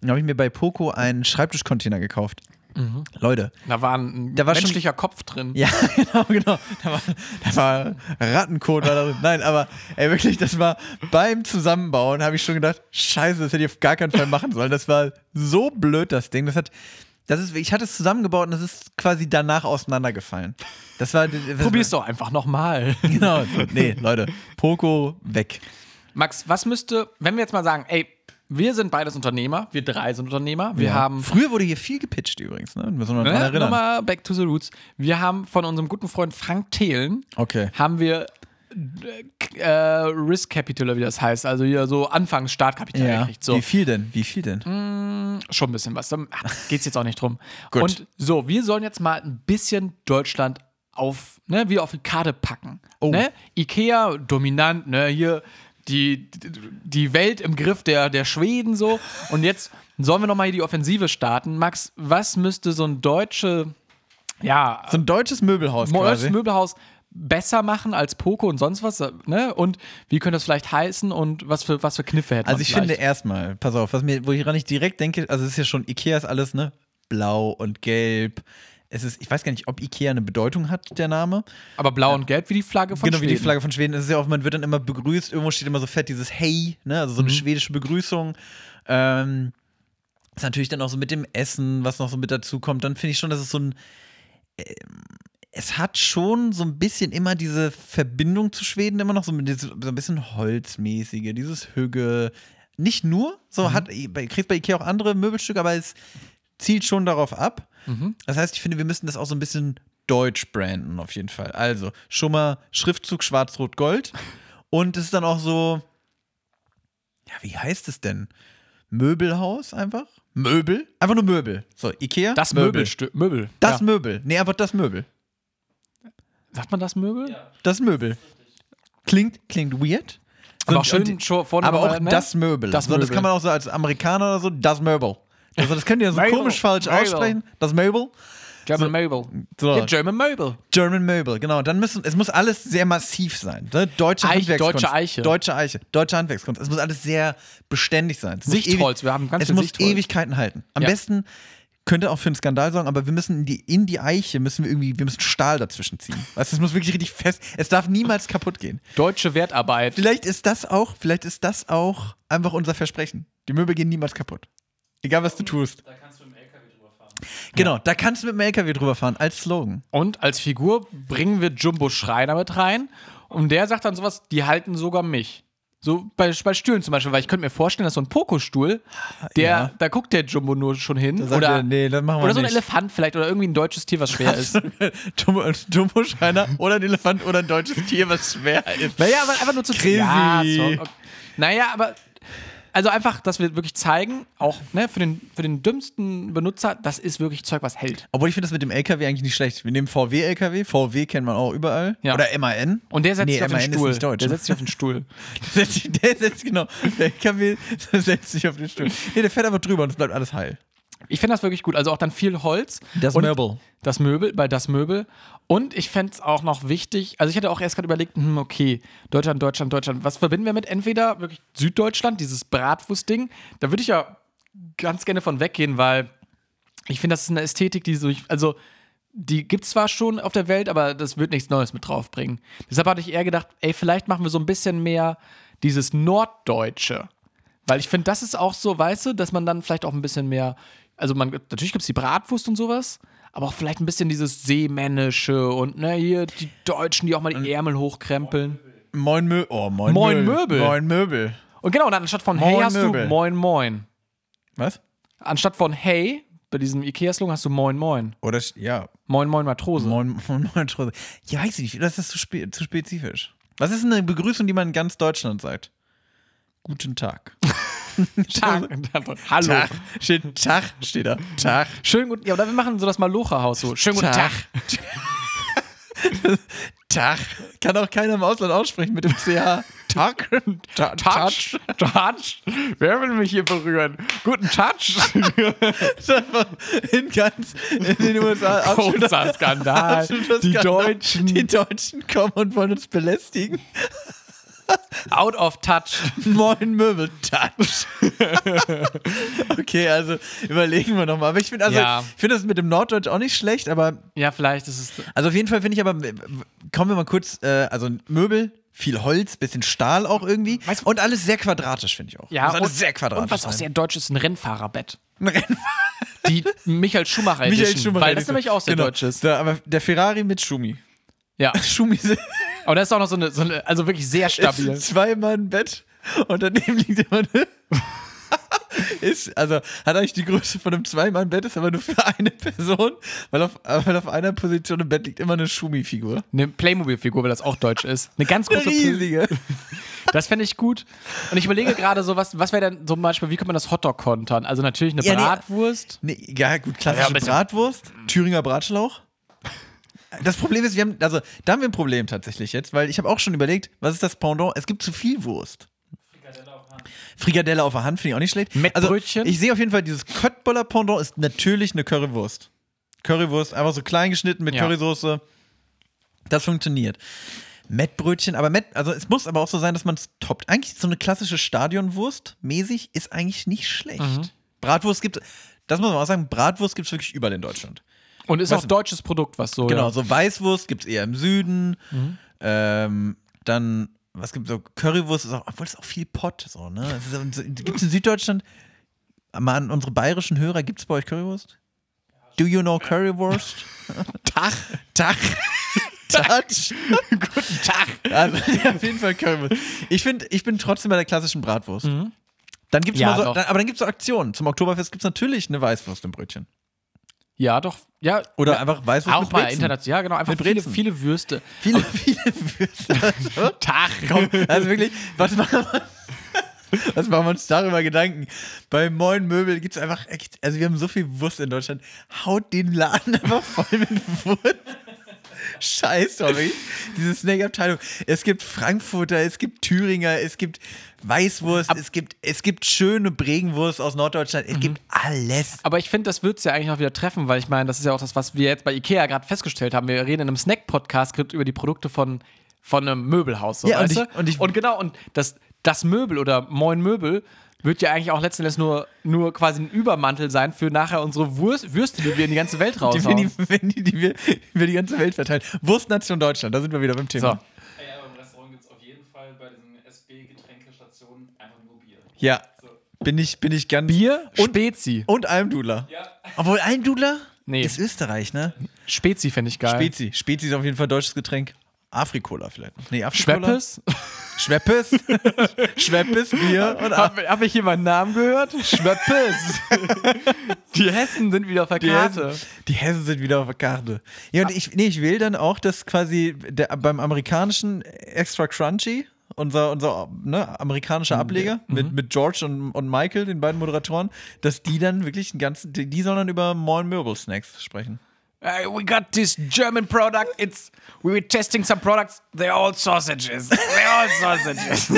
Dann habe ich mir bei Poco einen Schreibtischcontainer gekauft.
Mhm.
Leute,
Da war ein
Da war schon-
menschlicher Kopf drin.
ja, [laughs] genau, genau. Da war, da war Rattenkot war da drin. Nein, aber ey, wirklich, das war beim Zusammenbauen, habe ich schon gedacht, scheiße, das hätte ich auf gar keinen Fall machen sollen. Das war so blöd, das Ding. Das hat, das ist, ich hatte es zusammengebaut und das ist quasi danach auseinandergefallen. Das war. Das
Probier's doch einfach nochmal.
[laughs] Genau. Nee, Leute, Poco weg.
[laughs] Max, was müsste, wenn wir jetzt mal sagen, ey, wir sind beides Unternehmer, wir drei sind Unternehmer, wir haben
Früher wurde hier viel gepitcht übrigens, ne? Müssen wir mal dran
Ne?
erinnern.
Nochmal back to the roots. Wir haben von unserem guten Freund Frank Thelen
Okay.
haben wir äh, k- äh, Risk Capital, oder wie das heißt, also hier so Anfangsstartkapital
Ja.
gekriegt. So,
Wie viel denn? Wie viel
Mhm.
denn?
schon ein bisschen was. Da geht es jetzt auch nicht drum.
[laughs] Gut.
Und so, wir sollen jetzt mal ein bisschen Deutschland auf, ne, wieder auf die Karte packen.
Oh.
Ne? Ikea, dominant, ne, hier die, die Welt im Griff der, der Schweden so. Und jetzt sollen wir nochmal hier die Offensive starten. Max, was müsste so ein deutsche, ja,
So ein deutsches Möbelhaus
Molls
quasi.
Möbelhaus besser machen als Poco und sonst was, ne? Und wie könnte das vielleicht heißen und was für, was für Kniffe hätte
Also
man
ich
vielleicht?
finde erstmal, pass auf, was mir, woran ich direkt denke, also es ist ja schon, Ikea ist alles, ne? Blau und gelb. Es ist, ich weiß gar nicht, ob Ikea eine Bedeutung hat, der Name.
Aber blau und gelb wie die Flagge von
genau wie die
Schweden.
Flagge von Schweden. Es ist ja auch, man wird dann immer begrüßt, irgendwo steht immer so fett dieses Hey, ne? Also so
Mhm.
eine schwedische Begrüßung. Ähm, ist natürlich dann auch so mit dem Essen, was noch so mit dazu kommt. Dann finde ich schon, dass es so ein. ähm, es hat schon so ein bisschen immer diese Verbindung zu Schweden, immer noch so, mit dieses, so ein bisschen holzmäßige, dieses Hügge. Nicht nur,
Mhm.
so hat, bei- kriegt bei Ikea auch andere Möbelstücke, aber es zielt schon darauf ab.
Mhm.
Das heißt, ich finde, wir müssen das auch so ein bisschen deutsch branden, auf jeden Fall. Also, schon mal Schriftzug schwarz-rot-gold. Und es ist dann auch so, ja, wie heißt es denn? Möbelhaus einfach? Möbel, einfach nur Möbel. So, Ikea,
Das
Möbel.
Möbelstück. Möbel.
Das
ja.
Möbel. Nee, aber das Möbel.
Sagt man das Möbel?
Ja.
Das Möbel. Klingt, klingt weird.
Aber
So,
auch schön
und-
schon vorne.
aber auch
ne?
das Möbel. Das,
Das
so, das
Möbel.
kann man auch so als Amerikaner oder so, das Möbel. Also das könnt ihr so
Möbel.
komisch falsch
Möbel.
aussprechen. Das Möbel.
German Möbel.
So.
Ja, German Möbel.
German Möbel, genau. Dann müssen, es muss alles sehr massiv sein. Ne? Deutsche
Eich-
Handwerkskunst.
deutsche Eiche.
Deutsche Eiche. Deutsche Handwerkskunst. Es muss alles sehr beständig sein. Es muss
Sichtholz,
ewig-
wir haben ganz
Es
viel
muss
Sichtholz.
Ewigkeiten halten. Am
Ja.
besten könnte auch für einen Skandal sorgen, aber wir müssen in die, in die Eiche müssen wir irgendwie, wir müssen Stahl dazwischen ziehen. Weißt, du, es muss wirklich richtig fest. Es darf niemals kaputt gehen.
Deutsche Wertarbeit.
Vielleicht ist das auch, vielleicht ist das auch einfach unser Versprechen. Die Möbel gehen niemals kaputt. Egal was du tust.
Da kannst du im LKW drüber fahren.
Genau, da kannst du mit dem LKW drüber fahren als Slogan.
Und als Figur bringen wir Jumbo Schreiner mit rein. Und der sagt dann sowas, die halten sogar mich. So bei, bei Stühlen zum Beispiel, weil ich könnte mir vorstellen, dass so ein Pokostuhl, der,
Ja.
da guckt der Jumbo nur schon hin.
sagt
Oder,
er, nee, das machen wir
oder so ein
nicht.
Elefant vielleicht oder irgendwie ein deutsches Tier, was schwer ist.
Jumbo, Jumbo Schreiner oder ein Elefant oder ein deutsches Tier, was schwer ist.
Naja, aber einfach nur zu
Crazy.
Ja, so, okay. Naja, aber also einfach, dass wir wirklich zeigen, auch ne, für, den, für den dümmsten Benutzer, das ist wirklich Zeug, was hält.
Obwohl ich finde das mit dem LKW eigentlich nicht schlecht. Wir nehmen VW-LKW. VW kennt man auch überall.
Ja.
Oder MAN.
Und der setzt
Nee,
sich auf den
MAN ist
Stuhl.
nicht deutsch,
der
ne?
setzt sich auf den Stuhl.
[laughs] Der setzt sich- der setzt, genau, der LKW [laughs] setzt sich auf den Stuhl. Nee, der fährt einfach drüber und es bleibt alles heil.
Ich finde das wirklich gut. Also auch dann viel Holz.
Das
und
Möbel.
Das Möbel, bei das Möbel. Und ich fände es auch noch wichtig, also ich hatte auch erst gerade überlegt, hm, okay, Deutschland, Deutschland, Deutschland. Was verbinden wir mit? Entweder wirklich Süddeutschland, dieses Bratwurstding. Da würde ich ja ganz gerne von weggehen, weil ich finde, das ist eine Ästhetik, die so, ich- also die gibt es zwar schon auf der Welt, aber das wird nichts Neues mit draufbringen. Deshalb hatte ich eher gedacht, ey, vielleicht machen wir so ein bisschen mehr dieses Norddeutsche. Weil ich finde, das ist auch so, weißt du, dass man dann vielleicht auch ein bisschen mehr, also man, natürlich gibt es die Bratwurst und sowas, aber auch vielleicht ein bisschen dieses Seemännische und ne, hier die Deutschen, die auch mal die Ärmel hochkrempeln.
Moin Möbel. Oh, moin,
Moin Möbel.
Moin Möbel.
Und genau, dann anstatt von Hey
Moin,
hast du
Möbel.
Moin Moin.
Was?
Anstatt von Hey, bei diesem Ikea-Slung hast du Moin Moin.
Oder, sch- ja,
Moin Moin Matrose.
moin, [laughs] moin, moin Schröder. Ja, weiß ich nicht. Das ist zu, spe zu spezifisch. Was ist denn eine Begrüßung, die man in ganz Deutschland sagt? Guten Tag.
[laughs] Tag. Hallo.
Tag. Steht Tag, steht da. Tag.
Schönen guten, ja, oder wir machen so das Malocha-Haus so. Schönen guten Tag.
Tag. Kann auch keiner im Ausland aussprechen mit dem CH. Tag. Ta
Touch, Touch. Wer will mich hier berühren? Guten Touch.
Ist einfach In ganz in den USA. absolut-
Großer Skandal.
absoluter
Die
Skandal.
Deutschen.
Die Deutschen kommen und wollen uns belästigen.
[laughs] Out of Touch.
Moin Möbel
[laughs]
Touch. okay, also überlegen wir nochmal. Aber ich finde also,
Ja.
ich finde das mit dem Norddeutsch auch nicht schlecht, aber
Ja, vielleicht ist es.
Also auf jeden Fall finde ich aber, kommen wir mal kurz, äh, also Möbel, viel Holz, bisschen Stahl auch irgendwie.
Weißt du-
und alles sehr quadratisch, finde ich auch.
Ja,
Muss alles sehr quadratisch.
Und was auch sehr
sein.
deutsch ist, ein Rennfahrerbett.
Renn- [laughs]
Die Michael Schumacher
Michael
Edition,
Schumacher.
Weil das nämlich auch sehr
Genau.
deutsch ist.
Der, aber der Ferrari mit Schumi. [laughs]
Ja.
Schumi ist
Aber das ist auch noch so eine, so eine also
[laughs]
wirklich sehr stabil.
ein Zwei-Mann-Bett und daneben liegt immer eine. [laughs] Ist, also hat eigentlich die Größe von einem Zwei-Mann-Bett, ist aber nur für eine Person, weil auf, weil auf einer Position im Bett liegt immer eine Schumi-Figur.
Eine Playmobil-Figur, weil das auch deutsch ist. Eine ganz
Eine
große
riesige.
Das fände ich gut. Und ich überlege gerade so, was, was wäre denn zum Beispiel, wie könnte man das Hotdog kontern? Also natürlich eine
Ja, nee.
Bratwurst.
Nee, ja, gut,
Ja,
klassische
ein bisschen- Mhm.
Bratwurst, Thüringer Bratschlauch. Das Problem ist, wir haben, also da haben wir ein Problem tatsächlich jetzt, weil ich habe auch schon überlegt, was ist das Pendant? Es gibt zu viel Wurst.
Frikadelle auf Hand.
Frikadelle auf der Hand finde ich auch nicht schlecht.
Mit
also,
Brötchen?
Ich sehe auf jeden Fall, dieses Köttboller Pendant ist natürlich eine Currywurst. Currywurst, einfach so klein geschnitten mit
Ja.
Currysoße. Das funktioniert. Mettbrötchen, aber Mett, also es muss aber auch so sein, dass man es toppt. Eigentlich so eine klassische Stadionwurst mäßig ist eigentlich nicht schlecht. Bratwurst gibt, das muss man auch sagen, Bratwurst gibt es wirklich überall in Deutschland.
Und ist
Weißt
auch
du-
deutsches Produkt, was so.
Genau,
Oh ja.
so
Mhm.
Weißwurst gibt es eher im Süden. Ähm, dann, was gibt so? Currywurst ist auch, obwohl es auch viel Pott, so, ne? Es ist so- Gibt's in Süddeutschland, mal an unsere bayerischen Hörer, gibt's bei euch Currywurst? Do you know
[laughs]
Currywurst? Tach. Tach. Touch. Guten Tag. Also, [laughs] auf jeden Fall Currywurst. Ich, find, ich bin trotzdem bei der klassischen Bratwurst. Dann gibt's
Mhm. Ja,
mal so,
doch.
dann, aber dann gibt es so Aktionen. Zum Oktoberfest gibt es natürlich eine Weißwurst im Brötchen.
Ja, doch. Ja,
Oder
ja,
einfach Weißwurst
auch
mit
mal
Brezen.
international. Ja, genau. Einfach
Mit
viele,
Brezen.
viele Würste.
[laughs] Viele, viele Würste.
Tag.
Komm, also wirklich, warte mal. Was machen wir uns darüber Gedanken? Bei Moin Möbel gibt es einfach echt, also wir haben so viel Wurst in Deutschland. Haut den Laden einfach voll mit Wurst. Scheiß, sorry. Diese Snack-Abteilung. Es gibt Frankfurter, es gibt Thüringer, es gibt Weißwurst, es, gibt, es gibt schöne Bregenwurst aus Norddeutschland. Es
Mhm.
gibt alles.
Aber ich finde, das wird es ja eigentlich auch wieder treffen, weil ich meine, das ist ja auch das, was wir jetzt bei Ikea gerade festgestellt haben. Wir reden in einem Snack-Podcast gerade über die Produkte von, von einem Möbelhaus. So,
Ja, und
weißt
ich-
du?
und ich-
genau, und das, das Möbel oder Moin Möbel wird ja eigentlich auch letzten Endes nur, nur quasi ein Übermantel sein für nachher unsere Wurst, Würste, die wir in die ganze
[laughs]
Welt
Die, wenn die,
raushauen.
wenn die, die wir über die ganze Welt verteilen. Wurstnation Deutschland, da sind wir wieder beim Thema.
So.
Ey, aber im Restaurant gibt es auf jeden Fall bei diesen SB-Getränkestationen einfach nur Bier.
Ja,
So.
bin ich, bin ich ganz.
Bier und
und,
Spezi.
und Almdudler.
Ja,
Obwohl Almdudler?
Nee.
Ist Österreich, ne?
Spezi finde ich geil.
Spezi. Spezi ist auf jeden Fall deutsches Getränk. Afrikola vielleicht. Nee, Afrikola.
Schweppes?
Schweppes. Schweppes. Schweppes,
[laughs]
Bier und Af-
Habe hab ich hier meinen Namen gehört? Schweppes. [laughs] die Hessen sind wieder auf der
die
Karte.
Hessen, die Hessen sind wieder auf der Karte. Ja, und ich, nee, ich will dann auch, dass quasi der, beim amerikanischen Extra Crunchy, unser, unser ne,
Mhm.
amerikanischer Ableger mit, mit George und, und Michael, den beiden Moderatoren, dass die dann wirklich den ganzen, die, die sollen dann über Moin Möbel Snacks sprechen.
Uh, we got this German product. It's we were testing some products. They're all sausages. They're all sausages.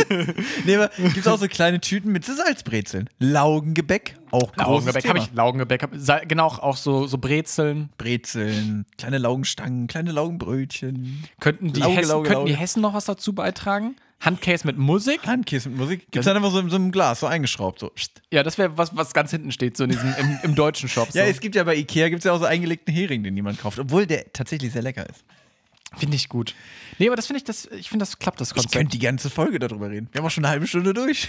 Nee, aber gibt's auch so kleine Tüten mit so Salzbrezeln. Laugengebäck, auch großes
[laughs] Laugengebäck
Thema.
habe ich. Laugengebäck hab, Sa- genau auch so so Brezeln.
Brezeln, kleine Laugenstangen, kleine Laugenbrötchen.
Könnten die
Lauge,
Hessen
Lauge,
könnten die
Lauge.
Hessen noch was dazu beitragen? Handcase mit Musik?
Handkissen mit Musik. Gibt's dann einfach so in so einem Glas, so eingeschraubt. So.
Ja, das wäre was was ganz hinten steht so in diesem im, im deutschen Shop. So.
Ja, es gibt ja bei Ikea gibt's ja auch so eingelegten Hering, den niemand kauft, obwohl der tatsächlich sehr lecker ist.
finde ich gut. Nee, aber das finde ich das ich finde das klappt das
Ich
Konzept.
könnte die ganze Folge darüber reden. Wir haben auch schon eine halbe Stunde durch.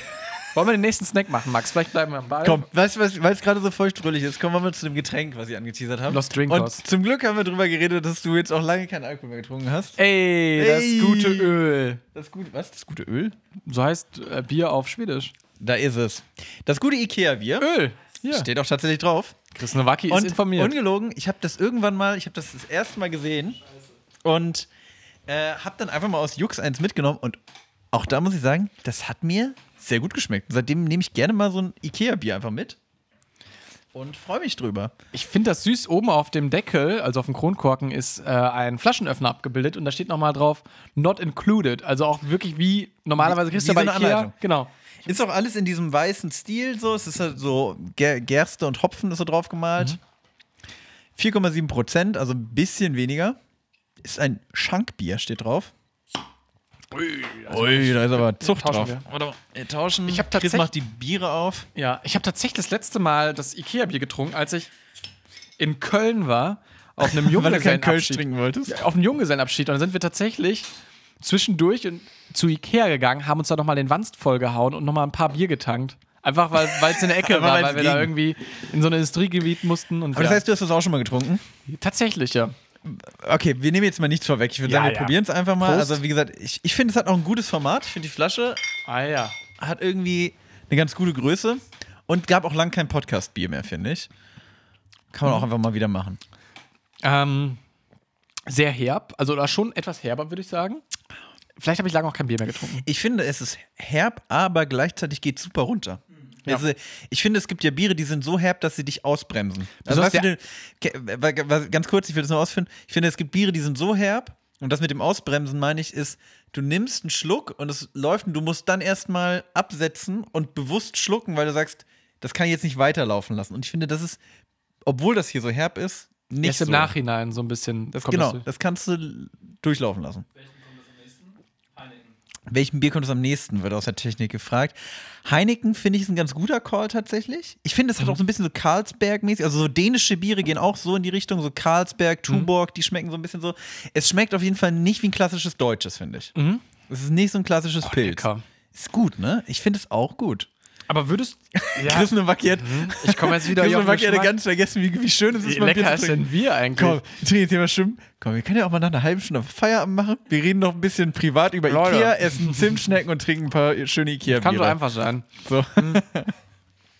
Wollen wir den nächsten Snack machen, Max? Vielleicht bleiben wir am Ball.
Komm, weißt du, was- weil es gerade so feuchtfröhlich ist, kommen wir mal zu dem Getränk, was ich angeteasert habe.
Los
Und
Drinkos.
zum Glück haben wir darüber geredet, dass du jetzt auch lange keinen Alkohol mehr getrunken hast.
Ey,
Ey.
das gute Öl.
Das gute, was? Das gute Öl?
So heißt äh, Bier auf Schwedisch.
Da ist es. Das gute Ikea-Bier
Öl. Ja.
steht auch tatsächlich drauf.
Chris Nowacki ist
und
informiert.
ungelogen, ich habe das irgendwann mal, ich habe das das erste Mal gesehen und äh, habe dann einfach mal aus Jux eins mitgenommen und auch da muss ich sagen, das hat mir sehr gut geschmeckt. Seitdem nehme ich gerne mal so ein Ikea-Bier einfach mit und freue mich drüber.
Ich finde das süß. Oben auf dem Deckel, also auf dem Kronkorken, ist äh, ein Flaschenöffner abgebildet und da steht nochmal drauf, not included. Also auch wirklich wie normalerweise
Wie-
kriegst
wie
du bei
so eine
Ikea.
Anleitung.
Genau.
Ist auch alles in diesem weißen Stil so. Es ist halt so Ger Gerste und Hopfen ist so drauf gemalt. 4,7 Prozent, also ein bisschen weniger. Ist ein Schankbier, steht drauf. Ui, da ist aber Zucht
Tauschen
drauf.
wir.
Wir tauschen.
Ich hab
Chris
tatsächlich-
macht die Biere auf.
Ja, ich habe tatsächlich das letzte Mal das Ikea-Bier getrunken, als ich in Köln war, auf einem
[laughs] Weil du keinen Kölsch
Junggesellenabschied.
trinken wolltest.
auf einen Junggesellenabschied und dann sind wir tatsächlich zwischendurch in, zu Ikea gegangen, haben uns da nochmal den Wanst vollgehauen und nochmal ein paar Bier getankt. Einfach weil es in der
[laughs]
Ecke
Einfach,
war,
weil's
weil wir da
ging.
irgendwie in so ein Industriegebiet mussten. Und
Aber das
ja.
heißt, du hast das auch schon mal getrunken?
tatsächlich, ja.
Okay, wir nehmen jetzt mal nichts vorweg. Ich würde
Ja,
sagen, wir
ja.
probieren es einfach mal.
Prost.
Also, wie gesagt, ich, ich finde, es hat auch ein gutes Format. Ich finde, die Flasche
Ah ja.
hat irgendwie eine ganz gute Größe und gab auch lang kein Podcast-Bier mehr, finde ich. Kann man auch einfach mal wieder machen.
Ähm, sehr herb, also oder schon etwas herber, würde ich sagen. Vielleicht habe ich lange auch kein Bier mehr getrunken.
Ich finde, es ist herb, aber gleichzeitig geht super runter. Also, ich finde, es gibt ja Biere, die sind so herb, dass sie dich ausbremsen. Also,
Besonders
weißt du, denn, ke- wa- wa- ganz kurz, ich will das noch ausführen. Ich finde, es gibt Biere, die sind so herb, und das mit dem Ausbremsen meine ich, ist, du nimmst einen Schluck und es läuft und du musst dann erstmal absetzen und bewusst schlucken, weil du sagst, das kann ich jetzt nicht weiterlaufen lassen. Und ich finde, das ist, obwohl das hier so herb ist, nicht
Erst im
so.
Nachhinein so ein bisschen.
Das,
kommt
genau,
das-
das kannst du l- durchlaufen
welchen
lassen.
kommt das am nächsten? Heineken.
Welchem Bier kommt es am nächsten, wird aus der Technik gefragt. Heineken finde ich ist ein ganz guter Call tatsächlich. Ich finde, es
Mhm.
hat auch so ein bisschen so Carlsberg-mäßig. Also so dänische Biere gehen auch so in die Richtung, so Carlsberg,
Mhm.
Tuborg, die schmecken so ein bisschen so. Es schmeckt auf jeden Fall nicht wie ein klassisches deutsches, finde ich. Es ist nicht so ein klassisches Pilz.
Mhm. Oh, lecker.
Ist gut, ne? Ich finde es auch gut. [laughs]
Aber würdest. Ja,
Chris Nowacki hat,
ich komme jetzt wieder
Chris
hier auf den
Nowacki hat
Geschmack.
ganz vergessen, wie, wie schön es ist,
Wie
mal Bier
lecker
zu
ist
trinken.
denn Bier eigentlich?
Komm, ich trinke jetzt hier mal schwimmen. Komm, wir können ja auch mal nach einer halben Stunde Feierabend machen. Wir reden noch ein bisschen privat über
Leute.
Ikea, essen Zimtschnecken und trinken ein paar schöne Ikea-Biere.
Kann so einfach sein. Hm.
So.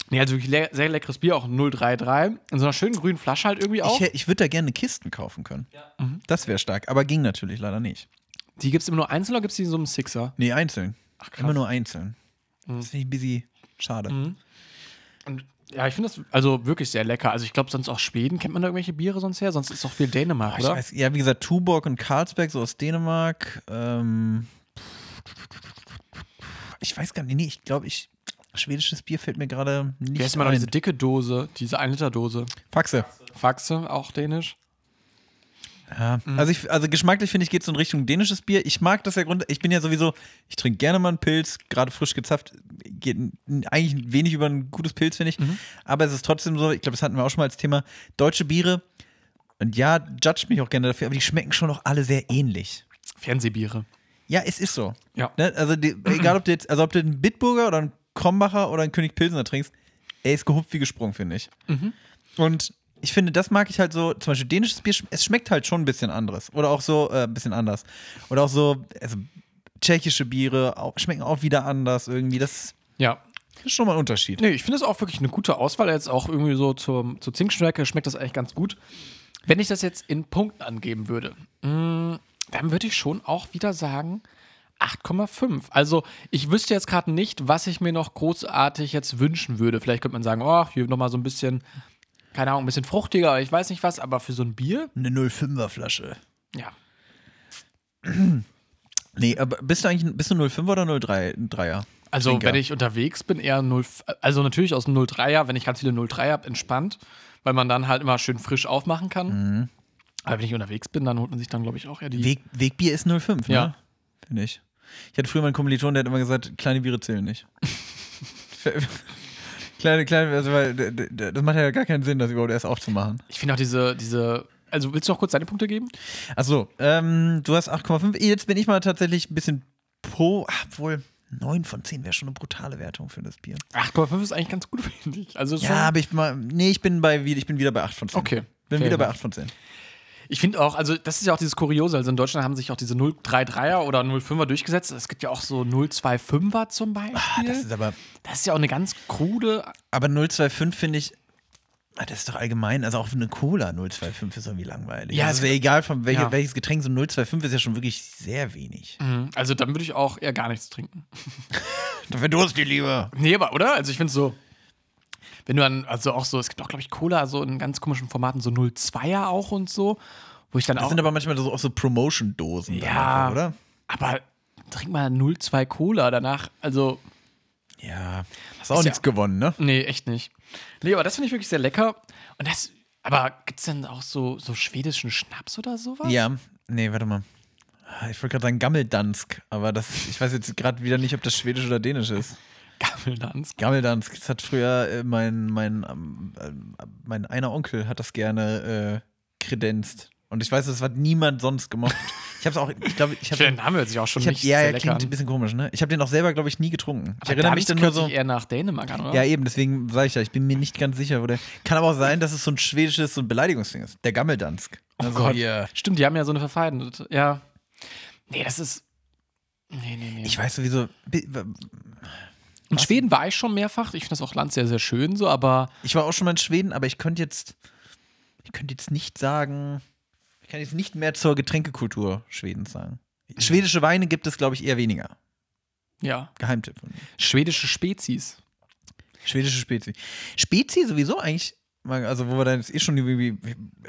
Nee, also wirklich le sehr leckeres Bier, auch ein 033. In so einer schönen grünen Flasche halt irgendwie auch.
Ich, hä- ich würde da gerne Kisten kaufen können.
Ja.
Mhm. Das wäre stark, aber ging natürlich leider nicht.
die gibt es immer nur einzeln oder gibt es die in so einem Sixer?
Nee, einzeln. Ach, Immer nur einzeln.
Mhm.
Das finde ich ein bisschen schade.
Und ja, ich finde das also wirklich sehr lecker. Also ich glaube, sonst auch Schweden. Kennt man da irgendwelche Biere sonst her? Sonst ist doch viel Dänemark,
Ich
oder?
weiß, ja, wie gesagt, Tuborg und Carlsberg, so aus Dänemark. Ähm, ich weiß gar nicht, nee, ich glaube, ich. Schwedisches Bier fällt mir gerade nicht
Wie heißt immer noch
ein.
diese dicke Dose, diese 1-Liter-Dose?
Faxe.
Faxe, auch dänisch.
Ja. Also, ich, also geschmacklich finde ich, geht es in Richtung dänisches Bier. Ich mag das ja Grund. Ich bin ja sowieso, ich trinke gerne mal einen Pilz, gerade frisch gezapft. Geht n- eigentlich wenig über ein gutes Pilz, finde ich. Aber es ist trotzdem so, ich glaube, das hatten wir auch schon mal als Thema. Deutsche Biere, und ja, judge mich auch gerne dafür, aber die schmecken schon auch alle sehr ähnlich.
Fernsehbiere.
Ja, es ist so.
Ja.
Ne? Also, die, egal ob du jetzt, also ob du einen Bitburger oder einen Krombacher oder einen König Pilsener trinkst, er ist gehupft wie gesprungen, finde ich. Und ich finde, das mag ich halt so, zum Beispiel dänisches Bier, sch- es schmeckt halt schon ein bisschen anderes. Oder auch so, äh, ein bisschen anders. Oder auch so, also tschechische Biere auch, schmecken auch wieder anders irgendwie. Das
Ja.
ist schon mal ein Unterschied.
Nee, ich finde es auch wirklich eine gute Auswahl. Jetzt auch irgendwie so zur, zur Zinkstärke schmeckt das eigentlich ganz gut. Wenn ich das jetzt in Punkten angeben würde, mh, dann würde ich schon auch wieder sagen 8,5. Also ich wüsste jetzt gerade nicht, was ich mir noch großartig jetzt wünschen würde. Vielleicht könnte man sagen, oh, hier nochmal so ein bisschen, keine Ahnung, ein bisschen fruchtiger, ich weiß nicht was, aber für so ein Bier,
Eine 05er Flasche.
ja.
Nee, aber bist du eigentlich, bist du 05er oder 03, ein Dreier?
Also
Trinker.
wenn ich unterwegs bin, eher 0, also natürlich aus dem 03er, wenn ich ganz viele 03er habe, entspannt, weil man dann halt immer schön frisch aufmachen kann. Aber wenn ich unterwegs bin, dann holt man sich dann, glaube ich, auch eher die.
Mhm. Weg, Wegbier ist 05, ne?
Ja.
Finde ich. Ich hatte früher meinen Kommiliton, der hat immer gesagt, kleine Biere zählen
[laughs]
nicht. kleine, kleine, also weil d- d- das macht ja gar keinen Sinn, das überhaupt erst aufzumachen.
Ich finde auch diese, diese. Also willst du noch kurz deine Punkte geben?
Achso, ähm, du hast 8,5. Jetzt bin ich mal tatsächlich ein bisschen pro, ach, obwohl 9 von 10 wäre schon eine brutale Wertung für das Bier.
8,5 ist eigentlich ganz gut, [laughs] finde ich. Also schon,
Ja, aber ich bin mal, nee, ich bin bei, wieder- ich bin wieder bei 8 von 10.
Okay.
Bin
Fair
wieder bei
enough.
8 von 10.
Ich finde auch, also das ist ja auch dieses Kuriose. Also in Deutschland haben sich auch diese 033er oder 05er durchgesetzt. Es gibt ja auch so 025er zum Beispiel.
Ah, Das ist aber,
Ah, das ist ja auch eine ganz krude
aber 0,25 finde ich, ah, das ist doch allgemein, also auch eine Cola 0,25 ist irgendwie langweilig.
Ja,
Ja, also
es-
ist ja egal, von welche,
ja.
welches Getränk, so 0,25 ist ja schon wirklich sehr wenig.
Mhm. Also dann würde ich auch eher gar nichts trinken.
Dafür durst die lieber.
Nee, aber oder? Also ich finde so, wenn du dann, also auch so, es gibt auch, glaube ich, Cola so in ganz komischen Formaten, so 02er auch und so, wo ich dann
Das
auch.
sind aber manchmal so, auch so Promotion-Dosen, dann
Ja.
einfach, oder?
aber trink mal 02 Cola danach. Also,
Ja. Hast auch
Ist ja-
nichts gewonnen, ne?
nee, echt nicht. Nee, aber das finde ich wirklich sehr lecker. Und das, aber gibt es denn auch so, so schwedischen Schnaps oder sowas?
Ja, nee, warte mal. Ah, Ich wollte gerade sagen Gammeldansk, aber das, ich weiß jetzt gerade wieder nicht, ob das Schwedisch oder Dänisch ist.
Gammeldansk.
Gammeldansk, das hat früher äh, mein, mein, ähm, ähm, mein einer Onkel hat das gerne äh, kredenzt. Und ich weiß, das hat niemand sonst
[laughs]
gemacht. Ich hab's auch, ich glaube, ich
Ich
hab,
finde, den Namen hört sich auch schon
ich hab,
nicht
ja,
sehr
ja,
lecker
klingt ein
an.
bisschen komisch, ne? Ich habe den auch selber, glaube ich, nie getrunken. Ich
Aber
erinnere mich
Dansk
dann nur
hört
so.
sich eher ne? nach Dänemark an, oder?
Ja, eben, deswegen sage ich ja, ich bin mir nicht ganz sicher, wo der. Kann aber auch sein, dass es so ein schwedisches, so ein Beleidigungsding ist. Der Gammeldansk.
Oh
Also
Gott.
hier-
Stimmt, die haben ja so eine verfeindete. Ja. Nee, das ist. Nee, nee, nee.
Ich weiß sowieso, bi-
In Schweden war ich schon mehrfach. Ich finde das auch Land sehr, sehr schön so, aber
Ich war auch schon mal in Schweden, aber ich könnte jetzt, ich könnte jetzt nicht sagen, ich kann jetzt nicht mehr zur Getränkekultur Schwedens sagen. Schwedische Weine gibt es, glaube ich, eher weniger.
ja.
Geheimtipp. von mir.
Schwedische Spezies.
Schwedische Spezi. Spezi sowieso eigentlich, mal- also wo wir da jetzt eh schon irgendwie,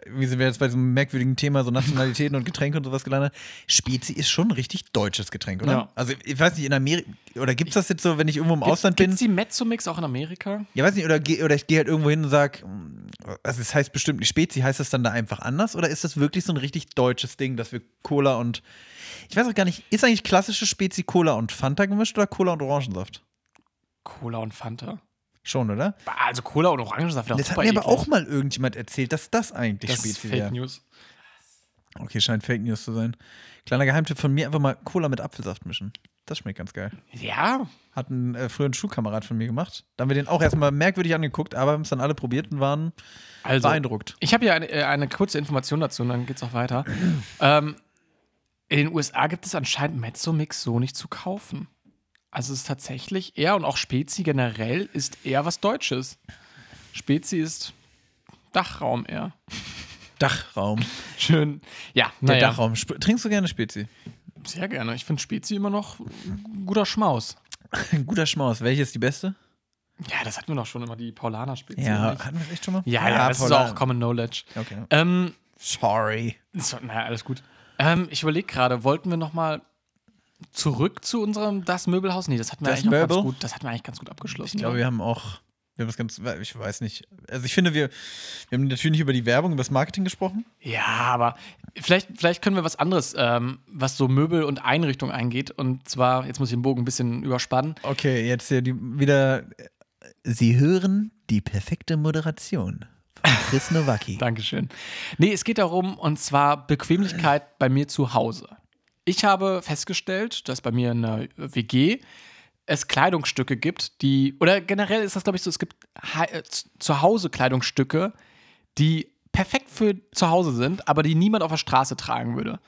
wie sind wir jetzt bei diesem merkwürdigen Thema, so Nationalitäten und Getränke und sowas gelandet. Spezi ist schon ein richtig deutsches Getränk, oder?
Ja.
Also ich weiß nicht, in Amerika, oder gibt es das jetzt so, wenn ich irgendwo im Ausland bin?
Gibt es die Mezzomix auch in Amerika?
Ja, weiß nicht, oder, geh- oder ich gehe halt irgendwo hin und sag, mm, also es heißt bestimmt nicht Spezi, heißt das dann da einfach anders? Oder ist das wirklich so ein richtig deutsches Ding, dass wir Cola und. Ich weiß auch gar nicht, ist eigentlich klassische Spezi Cola und Fanta gemischt oder Cola und Orangensaft?
Cola und Fanta.
Schon, oder?
Bah, Also Cola und Orangensaft.
das hat mir aber auch mal irgendjemand erzählt, dass das eigentlich
eh das ist
Spezi
Fake
wäre.
News.
Okay, scheint Fake News zu sein. Kleiner Geheimtipp von mir: einfach mal Cola mit Apfelsaft mischen. Das schmeckt ganz geil.
Ja,
Hat ein äh, früher ein Schulkamerad von mir gemacht. Da haben wir den auch erstmal merkwürdig angeguckt, aber haben es dann alle probiert und waren
also.
beeindruckt.
Ich habe hier eine, äh, eine kurze Information dazu und dann geht's auch [clears throat] weiter. ähm, in den USA gibt es anscheinend Mezzomix so nicht zu kaufen. Also es ist tatsächlich eher und auch Spezi generell ist eher was Deutsches. Spezi ist Dachraum eher.
Dachraum.
Schön. Ja,
Der
naja.
Dachraum. Sp- Trinkst du gerne Spezi? [laughs]
Sehr gerne. Ich finde Spezi immer noch ein guter Schmaus.
Ein guter Schmaus. Welche ist die beste?
Ja, das hatten wir doch schon immer, die Paulaner-Spezies.
hatten wir das echt schon mal?
ja, ja, das
Paula.
ist auch Common Knowledge.
Okay.
Ähm,
Sorry.
so, naja, alles gut. Ähm, ich überlege gerade, wollten wir nochmal zurück zu unserem Das Möbelhaus? Nee, das hatten wir
Das
eigentlich noch ganz
Möbel?
gut. Das hatten wir eigentlich ganz gut abgeschlossen. ne?
Ich glaube, wir haben auch, wir haben das ganz, ich weiß nicht. Also ich finde, wir, wir haben natürlich nicht über die Werbung, über das Marketing gesprochen.
Ja, aber vielleicht, vielleicht können wir was anderes, ähm, was so Möbel und Einrichtung eingeht. Und zwar, jetzt muss ich den Bogen ein bisschen überspannen.
Okay, jetzt hier die, wieder. äh, Sie hören die perfekte Moderation von Chris
[laughs]
Nowacki.
Dankeschön. Nee, es geht darum, und zwar Bequemlichkeit bei mir zu Hause. Ich habe festgestellt, dass bei mir in der WG es Kleidungsstücke gibt, die, oder generell ist das, glaube ich, so, es gibt Hei- äh, zu- zu Hause Kleidungsstücke, die perfekt für zu Hause sind, aber die niemand auf der Straße tragen würde.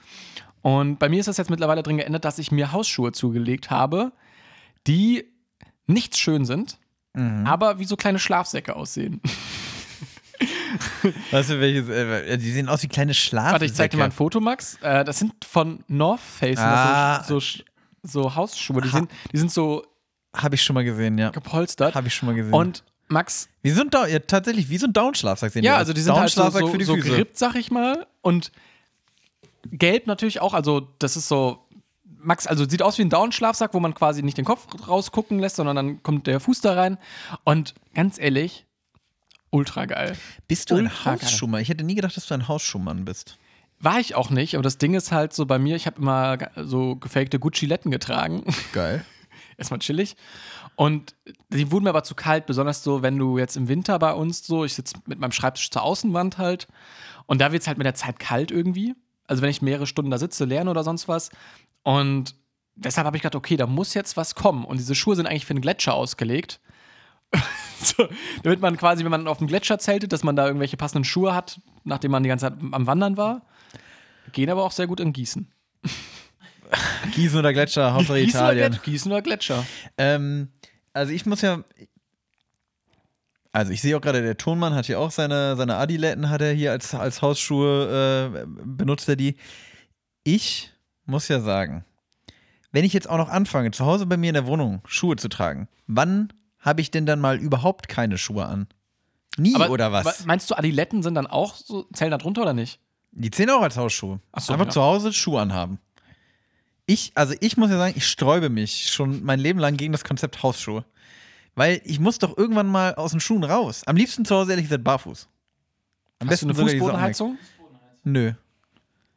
Und bei mir ist das jetzt mittlerweile drin geändert, dass ich mir Hausschuhe zugelegt habe, die nicht schön sind, aber wie so kleine Schlafsäcke aussehen.
Weißt du, welches, äh, die sehen aus wie kleine Schlafsäcke.
Warte, ich zeig dir mal ein Foto, Max. Äh, das sind von North Face. sind
Ah.
Das so, so, so Hausschuhe. Die sind, die sind so
Habe ich schon mal gesehen, ja.
gepolstert.
Habe ich schon mal gesehen.
Und Max,
wie so ein Down, ja, tatsächlich, wie so ein Downschlafsack sehen
ja,
aus.
also die sind halt so,
Downschlafsack
so,
für die
so
Füße.
gerippt, sag ich mal. Und gelb natürlich auch. Also, das ist so. Max, also sieht aus wie ein Down-Schlafsack, wo man quasi nicht den Kopf rausgucken lässt, sondern dann kommt der Fuß da rein. Und ganz ehrlich, ultra geil.
Bist du ein
Ultra geil.
Hausschuhmann? Ich hätte nie gedacht, dass du ein Hausschuhmann bist.
War ich auch nicht, aber das Ding ist halt so bei mir, ich habe immer ge- so gefakte Gucci-Letten getragen. [laughs]
Geil.
erstmal chillig. Und die wurden mir aber zu kalt, besonders so, wenn du jetzt im Winter bei uns so, ich sitze mit meinem Schreibtisch zur Außenwand halt. Und da wird es halt mit der Zeit kalt irgendwie. Also wenn ich mehrere Stunden da sitze, lerne oder sonst was. Und deshalb habe ich gedacht, okay, da muss jetzt was kommen. Und diese Schuhe sind eigentlich für einen Gletscher ausgelegt. [laughs] so, damit man quasi, wenn man auf dem Gletscher zeltet, dass man da irgendwelche passenden Schuhe hat, nachdem man die ganze Zeit am Wandern war. Gehen aber auch sehr gut in Gießen.
Gießen oder [laughs] Gletscher, Hauptsache
Gießen oder,
Italien.
Glet- Gießen oder Gletscher.
Ähm, also ich muss ja. Also ich sehe auch gerade, der Tonmann hat hier auch seine, seine Adiletten, hat er hier als, als Hausschuhe, äh, benutzt er die. Ich muss ja sagen, wenn ich jetzt auch noch anfange, zu Hause bei mir in der Wohnung Schuhe zu tragen, wann habe ich denn dann mal überhaupt keine Schuhe an? Nie
Aber
oder was?
wa- Meinst du, Adiletten sind dann auch so, zählen da drunter oder nicht?
Die zählen auch als Hausschuhe.
Ach so,
Einfach
ja.
zu Hause Schuhe anhaben. Ich, also ich muss ja sagen, ich sträube mich schon mein Leben lang gegen das Konzept Hausschuhe. Weil ich muss doch irgendwann mal aus den Schuhen raus. Am liebsten zu Hause ehrlich gesagt barfuß. Am
Hast du eine
sogar die
Fußbodenheizung?
Bodenheizung.
Socken weg. Nö.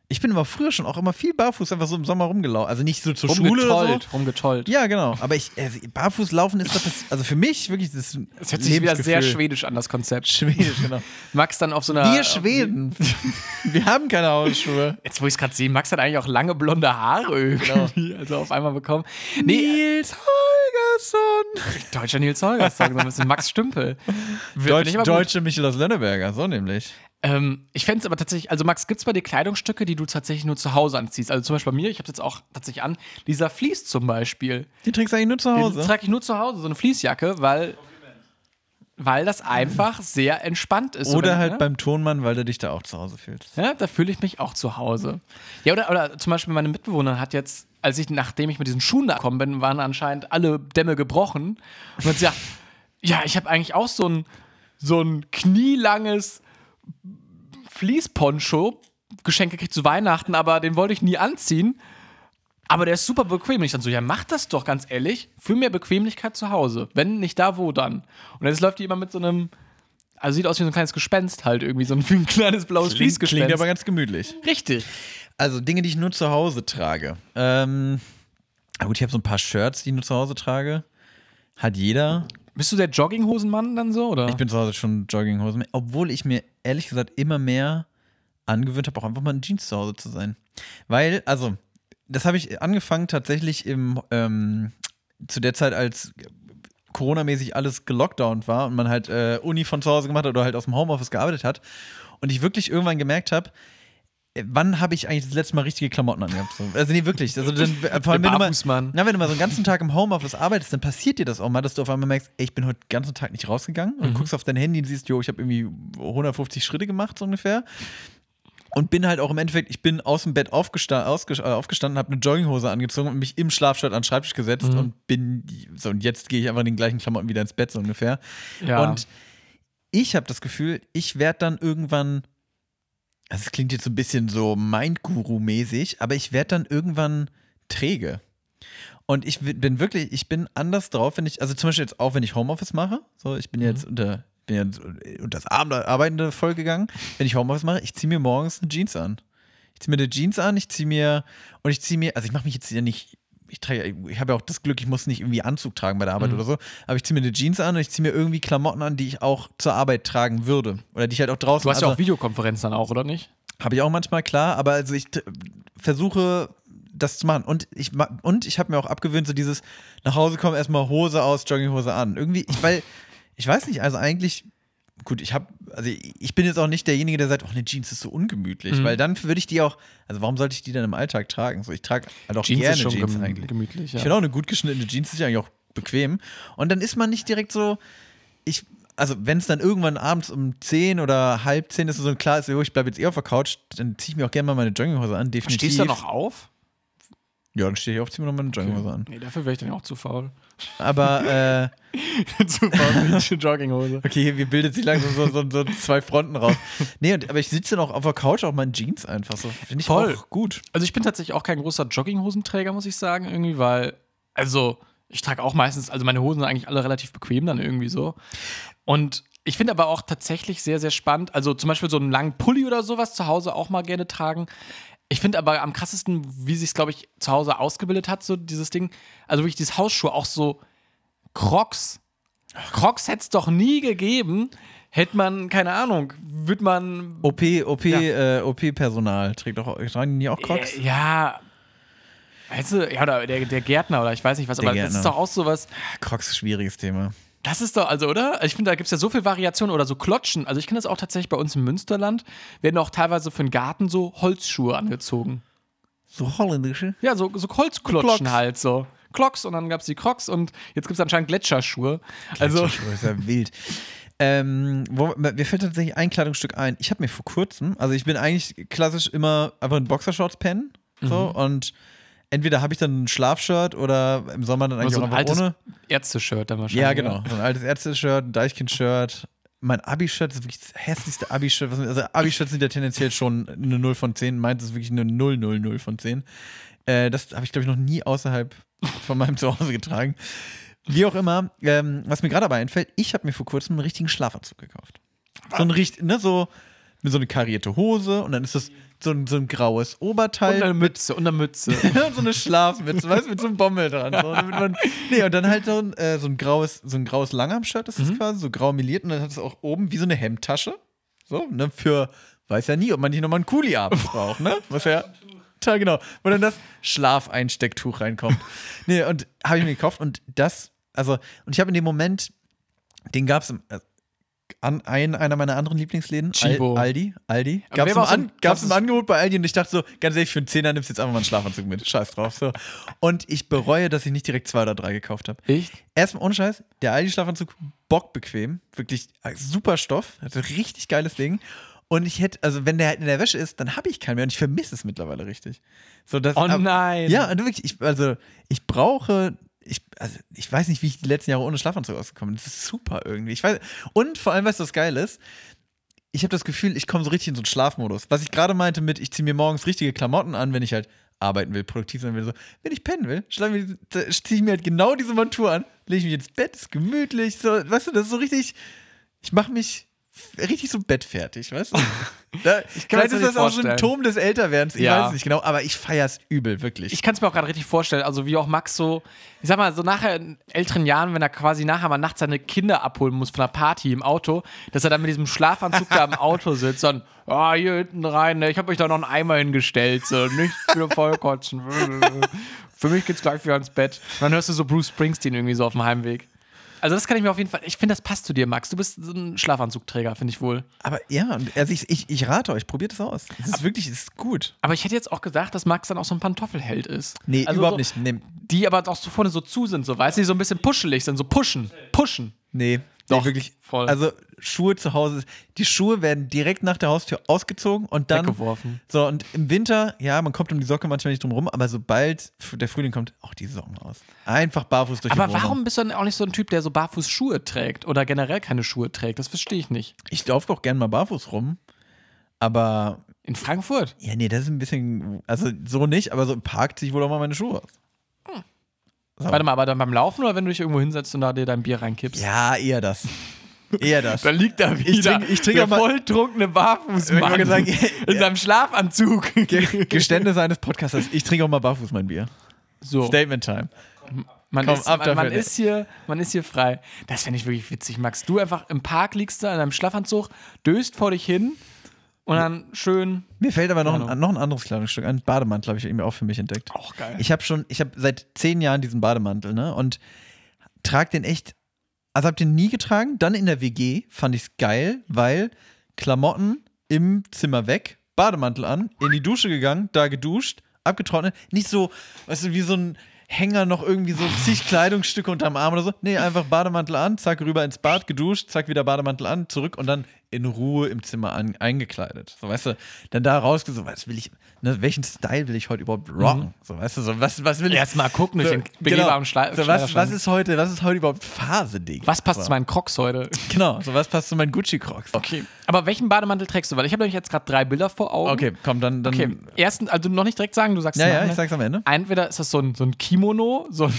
Ich bin aber früher schon auch immer viel barfuß einfach so im Sommer rumgelaufen. Also nicht so zur Schule oder so.
Rumgetollt, rumgetollt.
Ja, genau. Aber ich, also barfuß laufen ist doch das, also für mich wirklich das
Es hört sich wieder
Lebensgefühl.
sehr schwedisch an, das Konzept.
Schwedisch, genau.
[laughs] Max dann auf so einer.
Wir
[laughs]
Schweden. Wir haben keine Hausschuhe.
Jetzt, wo ich es gerade sehe, Max hat eigentlich auch lange blonde Haare irgendwie. [laughs] Also auf einmal bekommen. Nee,
genau. Nils Holgersson.
deutscher Nils Holgersson, so ein bisschen Max Stümpel.
Deutsch,
ich aber gut.
deutsche Michel aus Lönneberger, so nämlich.
Ähm, ich fände es aber tatsächlich, also Max, gibt es bei dir Kleidungsstücke, die du tatsächlich nur zu Hause anziehst? Also zum Beispiel bei mir, ich habe jetzt auch tatsächlich an, dieser Vlies zum Beispiel.
Die trägst du eigentlich nur zu
Den
Hause.
trage ich nur zu Hause, so eine Fließjacke, weil, weil das einfach sehr entspannt ist.
Oder
Wenn-
halt
ne?
beim Tonmann, weil du dich da auch zu Hause fühlst.
Ja, da fühle ich mich auch zu Hause. Ja, oder, oder zum Beispiel meine Mitbewohnerin hat jetzt, als ich, nachdem ich mit diesen Schuhen da gekommen bin, waren anscheinend alle Dämme gebrochen. Und hat sie gesagt, ja, ich habe eigentlich auch so ein, so ein knielanges Fließponcho geschenkt gekriegt zu Weihnachten, aber den wollte ich nie anziehen. Aber der ist super bequem. Und ich dann so, ja, mach das doch ganz ehrlich. Für mehr Bequemlichkeit zu Hause. Wenn nicht da, wo dann? Und jetzt läuft die immer mit so einem, also sieht aus wie so ein kleines Gespenst halt irgendwie, so ein, [laughs] wie ein kleines blaues Fließgespenst.
klingt aber ganz gemütlich.
Richtig.
Also Dinge, die ich nur zu Hause trage. Ähm, na gut, ich habe so ein paar Shirts, die ich nur zu Hause trage. Hat jeder.
Bist du der Jogginghosenmann dann so? Oder?
Ich bin zu Hause schon Jogginghosen. Obwohl ich mir ehrlich gesagt immer mehr angewöhnt habe, auch einfach mal in Jeans zu Hause zu sein. Weil, also, das habe ich angefangen tatsächlich im, ähm, zu der Zeit, als Corona-mäßig alles gelockdownt war und man halt äh, Uni von zu Hause gemacht hat oder halt aus dem Homeoffice gearbeitet hat. Und ich wirklich irgendwann gemerkt habe, äh, Wann habe ich eigentlich das letzte Mal richtige Klamotten angehabt? So. Also, nee, wirklich. Also,
[laughs]
dann, äh, vor allem, wenn
Der
du, mal,
Barfußmann.
na, wenn du mal so einen ganzen Tag im Homeoffice arbeitest, dann passiert dir das auch mal, dass du auf einmal merkst, ey, ich bin heute den ganzen Tag nicht
Mhm.
rausgegangen und guckst auf dein Handy und siehst, jo, ich habe irgendwie 150 Schritte gemacht, so ungefähr. Und bin halt auch im Endeffekt, ich bin aus dem Bett aufgesta ausges- äh, aufgestanden, habe eine Jogginghose angezogen und mich im Schlafshirt an den Schreibtisch gesetzt und bin, so und jetzt gehe ich einfach in den gleichen Klamotten wieder ins Bett, so ungefähr.
Ja.
Und ich habe das Gefühl, ich werde dann irgendwann, also es klingt jetzt so ein bisschen so Mind-Guru-mäßig, aber ich werde dann irgendwann träge. Und ich wi- bin wirklich, ich bin anders drauf, wenn ich, also zum Beispiel jetzt auch, wenn ich Homeoffice mache, so ich bin
Mhm.
jetzt unter, bin jetzt unter das Abend Arbeitende voll gegangen, wenn ich Homeoffice mache, ich ziehe mir morgens eine Jeans an. Ich ziehe mir eine Jeans an, ich ziehe mir, und ich ziehe mir, also ich mache mich jetzt ja nicht, ich trage, ich habe ja auch das Glück, ich muss nicht irgendwie Anzug tragen bei der
Mhm.
Arbeit oder so, aber ich ziehe mir eine Jeans an und ich ziehe mir irgendwie Klamotten an, die ich auch zur Arbeit tragen würde. Oder die ich halt auch draußen
Du hast ja
also-
auch Videokonferenz dann auch, oder nicht?
habe ich auch manchmal klar, aber also ich t- versuche das zu machen und ich ma- und ich habe mir auch abgewöhnt so dieses nach Hause kommen erstmal Hose aus, Jogginghose an. Irgendwie ich weil ich weiß nicht, also eigentlich gut, ich habe also ich ich bin jetzt auch nicht derjenige, der sagt, oh, eine Jeans ist so ungemütlich, weil dann würde ich die auch also warum sollte ich die dann im Alltag tragen? So ich trage halt auch gerne Jeans
gem-
eigentlich.
gemütlich. Ja.
Ich finde auch eine gut geschnittene Jeans ist ja eigentlich auch bequem. Und dann ist man nicht direkt so, ich, also wenn es dann irgendwann abends um 10 oder halb 10 ist und so klar ist, jo, ich bleibe jetzt eh auf der Couch, dann ziehe ich mir auch gerne mal meine Jogginghose an, definitiv.
Stehst du noch auf?
Ja, dann stehe ich auf, ziehe mir noch meine Jogginghose an.
Nee, dafür wäre ich dann auch zu faul.
Aber, äh,
[laughs] zu faul für die Jogginghose.
okay, hier, hier bildet sich langsam so, so, so zwei Fronten
[laughs]
raus. Nee, und, aber ich sitze dann auch auf der Couch, auch mal in Jeans einfach so. Finde ich
Voll.
auch gut.
Also ich bin tatsächlich auch kein großer Jogginghosenträger, muss ich sagen, irgendwie, weil, also ich trage auch meistens, also meine Hosen sind eigentlich alle relativ bequem dann irgendwie so. Und ich finde aber auch tatsächlich sehr, sehr spannend, also zum Beispiel so einen langen Pulli oder sowas zu Hause auch mal gerne tragen. Ich finde aber am krassesten, wie sich es, glaube ich, zu Hause ausgebildet hat, so dieses Ding, also wirklich dieses Hausschuhe, auch so Crocs. Crocs hätte es doch nie gegeben, hätte man, keine Ahnung, würde man
OP, OP, äh, OP-Personal trägt auch, tragen die auch Crocs?
äh, Ja. Weißt du, ja, oder der, der Gärtner oder ich weiß nicht was,
Der
aber das ist
Gärtner.
doch auch sowas.
Crocs, schwieriges Thema.
Das ist doch, also, oder? Also Ich finde, da gibt es ja so viel Variationen oder so Klotschen. Also ich kenne das auch tatsächlich bei uns im Münsterland, werden auch teilweise für den Garten so Holzschuhe angezogen.
So holländische?
Ja, so, so Holzklotschen
Klocks.
halt so. Klocks und dann gab es die Crocs und jetzt gibt es anscheinend Gletscherschuhe. Also,
Das ist ja wild. Ähm, wo, mir fällt tatsächlich ein Kleidungsstück ein. Ich habe mir vor kurzem, also ich bin eigentlich klassisch immer einfach in Boxershorts pennen. So,
Mhm.
und entweder habe ich dann ein Schlafshirt oder im Sommer dann eigentlich
so
auch
ein
einfach
altes
ohne.
Ärzte-Shirt dann wahrscheinlich.
Ja, genau. So ein altes Ärzte-Shirt, ein Deichkind-Shirt. Mein Abi-Shirt das ist wirklich das hässlichste Abi-Shirt. was- Also Abi-Shirts sind ja tendenziell schon eine 0 von 10. Meins ist wirklich eine 0, 0, 0 von 10. Äh, das habe ich, glaube ich, noch nie außerhalb von meinem Zuhause getragen. Wie auch immer, ähm, was mir gerade aber einfällt, ich habe mir vor kurzem einen richtigen Schlafanzug gekauft. So ein richtig, ne, so mit so eine karierte Hose und dann ist das so ein, so ein graues Oberteil.
Und eine Mütze, und eine Mütze.
[laughs] so eine Schlafmütze, weißt du, mit so einem Bommel dran. So, damit man, nee, und dann halt so ein, äh, so ein graues, so ein graues Langarm-Shirt ist es quasi, so grau meliert und dann hat es auch oben wie so eine Hemdtasche. So, ne, für, weiß ja nie, ob man nicht nochmal einen Kuli abends braucht, ne? [laughs] Was ja, total genau. Wo dann das Schlafeinstecktuch reinkommt. Nee, und habe ich mir gekauft und das, also, und ich habe in dem Moment, den gab es im, äh, an ein, einer meiner anderen Lieblingsläden,
Chibo.
Al Aldi. Aldi.
Aber
Gab
wir
es im,
haben auch so
an,
ein-
gab's
das
im
ist-
Angebot bei Aldi und ich dachte so, ganz ehrlich, für einen Zehner nimmst du jetzt einfach mal einen Schlafanzug mit. Scheiß drauf. So. Und ich bereue, dass ich nicht direkt zwei oder drei gekauft habe.
Echt?
Erstmal ohne Scheiß, der Aldi-Schlafanzug bockbequem. Wirklich äh, super Stoff. Also richtig geiles Ding. Und ich hätte, also wenn der halt in der Wäsche ist, dann habe ich keinen mehr und ich vermisse es mittlerweile richtig. So, dass,
Oh
ab-
nein.
Ja, und wirklich, ich, also ich brauche, ich, also ich weiß nicht, wie ich die letzten Jahre ohne Schlafanzug ausgekommen bin. Das ist super irgendwie. Ich weiß, und vor allem, weißt du, was geil ist? ich habe das Gefühl, ich komme so richtig in so einen Schlafmodus. Was ich gerade meinte mit, ich ziehe mir morgens richtige Klamotten an, wenn ich halt arbeiten will, produktiv sein will, so. Wenn ich pennen will, ziehe ich mir halt genau diese Montur an, lege ich mich ins Bett, ist gemütlich, so, weißt du, das ist so richtig, ich mache mich f- richtig so bettfertig, weißt
[laughs]
du? Da, ich
kann mir
vielleicht
das nicht
ist das auch
vorstellen.
Symptom des Älterwerdens, ich
Ja.
weiß es nicht genau, aber ich feiere es übel, wirklich.
ich kann es mir auch gerade richtig vorstellen, also wie auch Max so, ich sag mal, so nachher in älteren Jahren, wenn er quasi nachher mal nachts seine Kinder abholen muss von einer Party im Auto, dass er dann mit diesem Schlafanzug da im Auto sitzt und, ah, hier hinten rein, ne, ich habe euch da noch einen Eimer hingestellt, so, nichts wieder vollkotzen. [laughs] Für mich geht's gleich wieder ins Bett. Und dann hörst du so Bruce Springsteen irgendwie so auf dem Heimweg. Also das kann ich mir auf jeden Fall, ich finde, das passt zu dir, Max. Du bist so ein Schlafanzugträger, finde ich wohl.
aber ja, und also ich, ich, ich rate euch, probiert es aus. Es ist wirklich, es ist gut.
Aber ich hätte jetzt auch gedacht, dass Max dann auch so ein Pantoffelheld ist.
Nee,
Also
überhaupt
so,
nicht. Nee,
die aber auch so vorne so zu sind, so weißt du, die so ein bisschen puschelig sind, so pushen, pushen.
nee,
Doch,
wirklich,
voll.
Also Schuhe zu Hause, die Schuhe werden direkt nach der Haustür ausgezogen und dann
Weggeworfen.
So, und im Winter, ja, man kommt um die Socke manchmal nicht drum rum, aber sobald f- der Frühling kommt, auch die Socken aus. Einfach barfuß durch
Aber
die Wohnung.
warum bist du dann auch nicht so ein Typ, der so barfuß Schuhe trägt oder generell keine Schuhe trägt? Das verstehe ich nicht.
Ich laufe auch gerne mal barfuß rum, aber
In Frankfurt?
ja, nee, das ist ein bisschen, also so nicht, aber so im Park ziehe ich wohl auch mal meine Schuhe aus.
Warte mal, aber dann beim Laufen oder wenn du dich irgendwo hinsetzt und da dir dein Bier reinkippst?
Ja, eher [laughs] das. Eher das.
Da liegt er wieder.
trink- ich trink
der
auch mal-
volltrunkene
Ich
Barfußmann
wollte sagen,
in seinem Schlafanzug.
Ge- Geständnis eines Podcasters, ich trinke auch mal barfuß mein Bier.
So,
Statement Time.
man,
komm,
ist,
ab
man, man,
dafür.
ist hier, man ist hier frei. Das fände ich wirklich witzig, Max. Du einfach im Park liegst da in deinem Schlafanzug, döst vor dich hin und dann schön.
Mir fällt aber noch,
Ahnung.
ein, noch ein anderes Kleidungsstück ein. Bademantel habe ich eben auch für mich entdeckt.
Auch geil.
Ich habe schon, ich habe seit zehn Jahren diesen Bademantel, ne? Und trag den echt, also hab den nie getragen. Dann in der WG fand ich's geil, weil Klamotten im Zimmer weg, Bademantel an, in die Dusche gegangen, da geduscht, abgetrocknet. Nicht so, weißt du, wie so ein Hänger noch irgendwie so zig Kleidungsstücke unterm Arm oder so. Nee, einfach Bademantel an, zack, rüber ins Bad, geduscht, zack, wieder Bademantel an, zurück und dann in Ruhe im Zimmer an, eingekleidet. So, weißt du, dann da rausgesucht, was will ich, ne, welchen Style will ich heute überhaupt rocken? So, weißt du, so, was, was will ich.
Erst mal gucken durch den begehbaren Schle-
genau. so, was, was
Kleiderschrank.
ist heute, was ist heute überhaupt Phase, Digga?
Was passt
so.
zu meinen
[laughs]
Crocs heute?
Genau, so was passt zu meinen Gucci Crocs.
Okay. Aber welchen Bademantel trägst du? Weil ich habe nämlich jetzt gerade drei Bilder vor Augen.
Okay, komm, dann, dann
Okay. Erstens, also noch nicht direkt sagen, du sagst
Ja,
es
ja,
nachher.
ich sag's am Ende.
Entweder ist das so ein, so ein Kimono, so ein,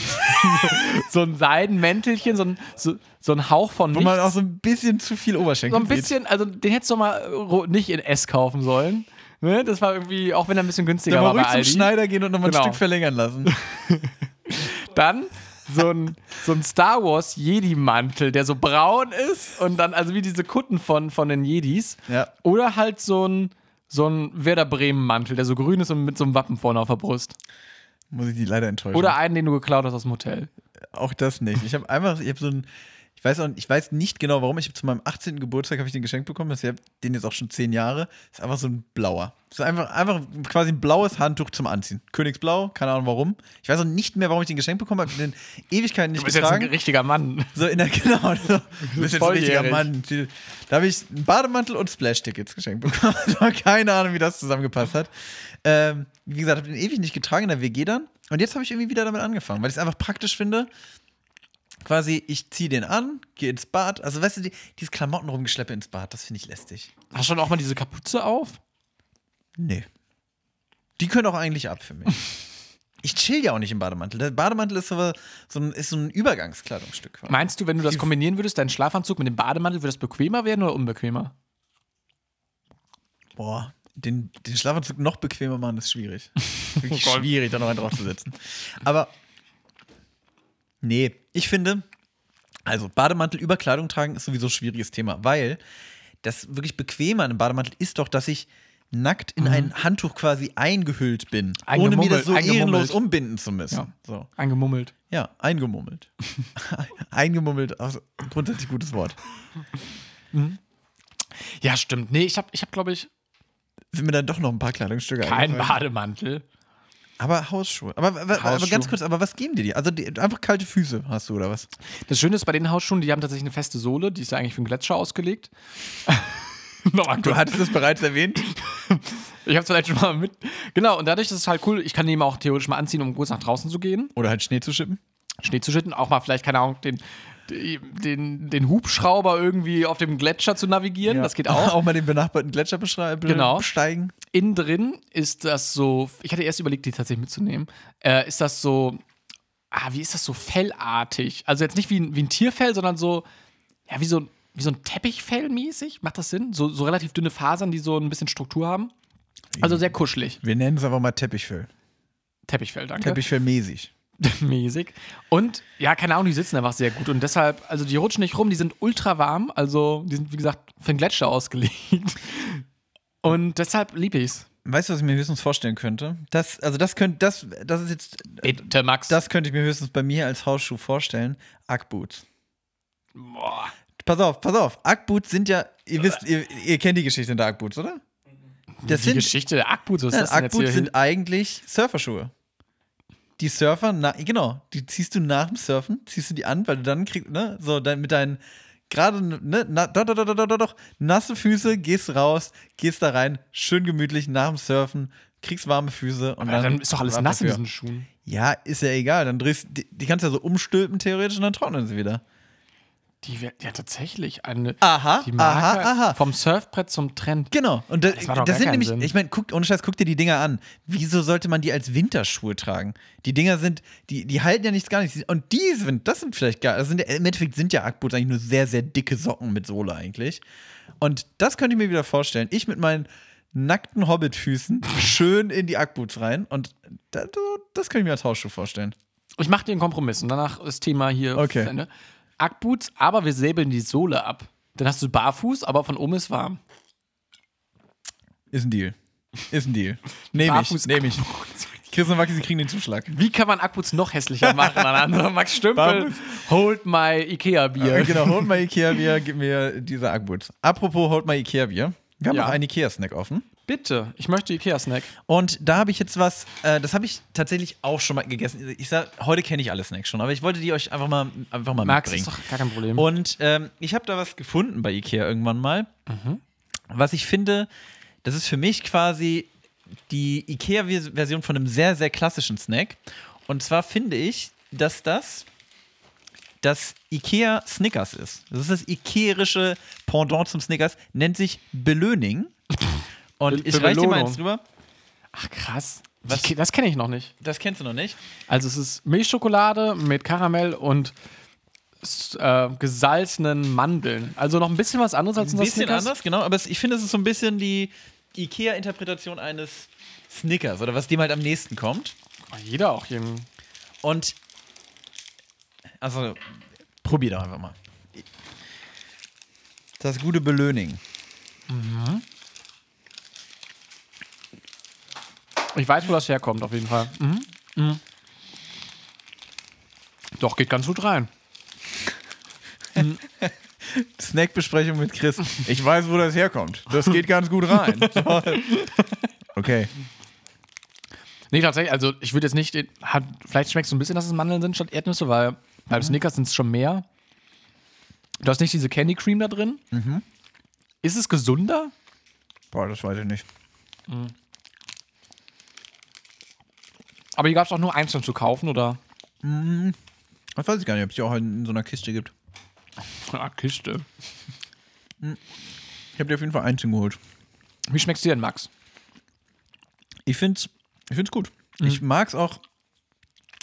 [laughs] so ein Seidenmäntelchen, so ein, so, so ein Hauch von
wo
nichts.
man auch so ein bisschen zu viel Oberschenkel
so ein
sieht.
bisschen, also den hättest du mal ro- nicht in S kaufen sollen. Ne? Das war irgendwie, auch wenn er ein bisschen günstiger
Dann mal
war
ruhig
bei
zum
Aldi.
Schneider gehen und nochmal
Genau.
ein Stück verlängern lassen.
Dann so ein, [laughs] so ein Star Wars Jedi-Mantel, der so braun ist und dann, also wie diese Kutten von, von den Jedis.
Ja.
Oder halt so ein, so ein Werder Bremen-Mantel, der so grün ist und mit so einem Wappen vorne auf der Brust.
Muss ich die leider enttäuschen.
Oder einen, den du geklaut hast aus dem Hotel.
auch das nicht. Ich habe einfach, ich habe so ein, ich weiß auch, ich weiß nicht genau warum. Ich habe zu meinem 18. Geburtstag habe ich den geschenkt bekommen. Ich habe den jetzt auch schon zehn Jahre. Ist einfach so ein blauer. Ist einfach, einfach quasi ein blaues Handtuch zum Anziehen. Königsblau, keine Ahnung warum. Ich weiß auch nicht mehr, warum ich den geschenkt bekommen habe. Den Ewigkeiten nicht
Du bist jetzt
getragen.
ein richtiger Mann.
So in der, [laughs] genau. So. Du bist jetzt ein richtiger
volljährig.
Mann. Da habe ich einen Bademantel und Splash-Tickets geschenkt bekommen. [laughs] Also Keine Ahnung, wie das zusammengepasst hat. Ähm, wie gesagt, habe den ewig nicht getragen in der WG dann. Und jetzt habe ich irgendwie wieder damit angefangen, weil ich es einfach praktisch finde. Quasi, ich ziehe den an, gehe ins Bad. Also, weißt du, die, dieses Klamotten rumgeschleppe ins Bad, das finde ich lästig.
Hast du schon auch mal diese Kapuze auf?
Nee. Die können auch eigentlich ab für [laughs] mich. Ich chill ja auch nicht im Bademantel. Der Bademantel ist so, so, ein, ist so ein Übergangskleidungsstück.
Meinst du, wenn du das kombinieren würdest, deinen Schlafanzug mit dem Bademantel, würde das bequemer werden oder unbequemer?
Boah, den, den Schlafanzug noch bequemer machen ist schwierig. Wirklich
[laughs] Oh Gott.
schwierig, da noch einen draufzusetzen. Aber nee, ich finde, also Bademantel über Kleidung tragen ist sowieso ein schwieriges Thema, weil das wirklich Bequeme an einem Bademantel ist doch, dass ich nackt in ein Handtuch quasi eingehüllt bin, ohne mir das so
Mhm. Eingemummelt,
ehrenlos
eingemummelt.
umbinden zu müssen.
Ja.
So.
Angemummelt.
Ja,
[laughs]
eingemummelt. [laughs] eingemummelt, also grundsätzlich gutes Wort.
Ja, stimmt. Nee, ich habe, ich hab, glaube ich,
Sind mir dann doch noch ein paar Kleidungsstücke
keinen
eingefallen.
Bademantel.
Aber Hausschuhe. Aber, aber, aber
Hausschuhe.
ganz kurz, aber was geben dir die? Also die, einfach kalte Füße hast du oder was?
Das Schöne ist bei den Hausschuhen, die haben tatsächlich eine feste Sohle, die ist ja eigentlich für einen Gletscher ausgelegt. [laughs] Nochmal kurz.
hattest es bereits erwähnt.
Ich hab's vielleicht schon mal mit. Genau, und dadurch ist es halt cool, ich kann die mal auch theoretisch mal anziehen, um kurz nach draußen zu gehen,
Oder halt Schnee zu schippen.
Schnee zu schütten, auch mal vielleicht, keine Ahnung, den, den, den Hubschrauber irgendwie auf dem Gletscher zu navigieren. Das geht auch.
auch [laughs] mal den benachbarten Gletscher beschrei- be-
Genau.
besteigen.
Innen drin ist das so, ich hatte erst überlegt, die tatsächlich mitzunehmen, äh, ist das so, ah, wie ist das so fellartig? Also jetzt nicht wie ein, wie ein Tierfell, sondern so, ja, wie so, ein- wie so ein Teppichfell mäßig. Macht das Sinn? So, so relativ dünne Fasern, die so ein bisschen Struktur haben. Also sehr kuschelig.
Wir nennen es einfach mal Teppichfell.
Teppichfell, danke.
Teppichfell-mäßig.
[laughs] mäßig. Und ja, keine Ahnung, die sitzen einfach sehr gut und deshalb, also die rutschen nicht rum, die sind ultra warm, also die sind, wie gesagt, für den Gletscher ausgelegt. Und deshalb liebe ich's.
Weißt du, was ich mir höchstens vorstellen könnte? Das, also das könnte, das, das ist jetzt,
Bitte, Max.
das könnte ich mir höchstens bei mir als Hausschuh vorstellen. Ackboots.
Boah.
Pass auf, pass auf. Ackboots sind ja, ihr wisst, ihr, ihr kennt die Geschichte hinter Ackboots, oder? Das
die
sind,
Geschichte der Ackboots, was
Nein,
ist das denn jetzt hier?
Ackboots sind eigentlich Surferschuhe. Die Surfer, na, genau, die ziehst du nach dem Surfen, ziehst du die an, weil du dann kriegst, ne, so dein, mit deinen
gerade, ne, na, doch, doch, doch, doch, doch, doch, doch, nasse Füße, gehst raus, gehst da rein, schön gemütlich nach dem Surfen, kriegst warme Füße und
Aber
dann,
Ah, dann ist doch alles
ab
nass in
dafür.
diesen Schuhen.
Ja, ist ja egal, dann drehst die, die kannst du ja so umstülpen theoretisch und dann trocknen sie wieder.
Die wär, ja tatsächlich eine
Aha,
die Marke
aha, aha.
vom Surfbrett zum Trend.
Genau. Und da,
Das
das,
macht doch gar
sind
keinen
nämlich,
Sinn.
ich meine, guck, ohne Scheiß, guck dir die Dinger an. Wieso sollte man die als Winterschuhe tragen? Die Dinger sind, die, die halten ja nichts gar nichts. Und die sind, das sind vielleicht gar, das sind, ja- im Endeffekt sind ja Ackboots eigentlich nur sehr, sehr dicke Socken mit Sohle eigentlich. Und das könnte ich mir wieder vorstellen. Ich mit meinen nackten Hobbitfüßen schön in die Ackboots rein. Und das, das könnte ich mir als Hausschuh vorstellen.
Ich mache dir einen Kompromiss und danach ist Thema hier
Okay.
zu Ende. Ackboots, aber wir säbeln die Sohle ab. Dann hast du barfuß, aber von oben ist warm.
Ist ein Deal. Ist ein Deal.
[laughs]
Nehme ich,
Barfuß-
nehme ich. Chris und Maxi, sie kriegen den Zuschlag.
Wie kann man Ackboots noch hässlicher
[laughs]
machen? Anna? Max Stümpel,
Barfuß.
hold my
Äh,
Ikea-Bier.
genau, holt mal Ikea-Bier, gib mir diese Ackboots. Apropos, holt mal Ikea-Bier. Wir haben
Ja.
noch einen Ikea-Snack offen.
Bitte, ich möchte Ikea-Snack.
Und da habe ich jetzt was, äh, das habe ich tatsächlich auch schon mal gegessen. Ich sag, heute kenne ich alle Snacks schon, aber ich wollte die euch einfach mal, einfach mal
Max,
mitbringen.
ist doch gar kein Problem.
Und ähm, ich habe da was gefunden bei Ikea irgendwann mal,
Mhm.
was ich finde, das ist für mich quasi die Ikea-Version von einem sehr, sehr klassischen Snack. Und zwar finde ich, dass das das Ikea Snickers ist. Das ist das ikerische Pendant zum Snickers, nennt sich
[laughs]
Belöning. Und
Be-
ich
für
reiche dir mal
Belohnung.
eins drüber.
Ach krass.
Was-
Die- Das kenne ich noch nicht.
Das kennst du noch nicht.
Also es ist Milchschokolade mit Karamell und s- äh, gesalzenen Mandeln. Also noch ein bisschen was anderes als
Ein
unser
bisschen
Snickers.
anders, genau. Aber es, ich finde, es ist so ein bisschen die Ikea-Interpretation eines Snickers oder was dem halt am nächsten kommt.
Oh, jeder auch jeden.
Und also probier doch einfach mal. Das gute Belöning.
Ich weiß, wo das herkommt, auf jeden Fall. Mhm. Mhm. Doch, geht ganz gut rein.
Snackbesprechung mit Chris. Ich weiß, wo das herkommt. Das geht ganz
[laughs]
gut rein. Toll. okay.
Nee, tatsächlich, also ich würde jetzt nicht, den- hat, vielleicht schmeckt es so ein bisschen, dass es Mandeln sind statt Erdnüsse, weil beim Snickers sind es schon mehr. Du hast nicht diese Candy Cream da drin. Ist es gesunder?
Boah, das weiß ich nicht.
Aber die gab es auch nur einzeln zu kaufen, oder?
Das weiß ich gar nicht, ob es die auch halt in so einer Kiste gibt.
Ah, Kiste.
Ich habe dir auf jeden Fall einzeln geholt.
Wie schmeckst du denn, Max?
Ich finde es ich find's gut.
Mhm.
Ich mag es auch.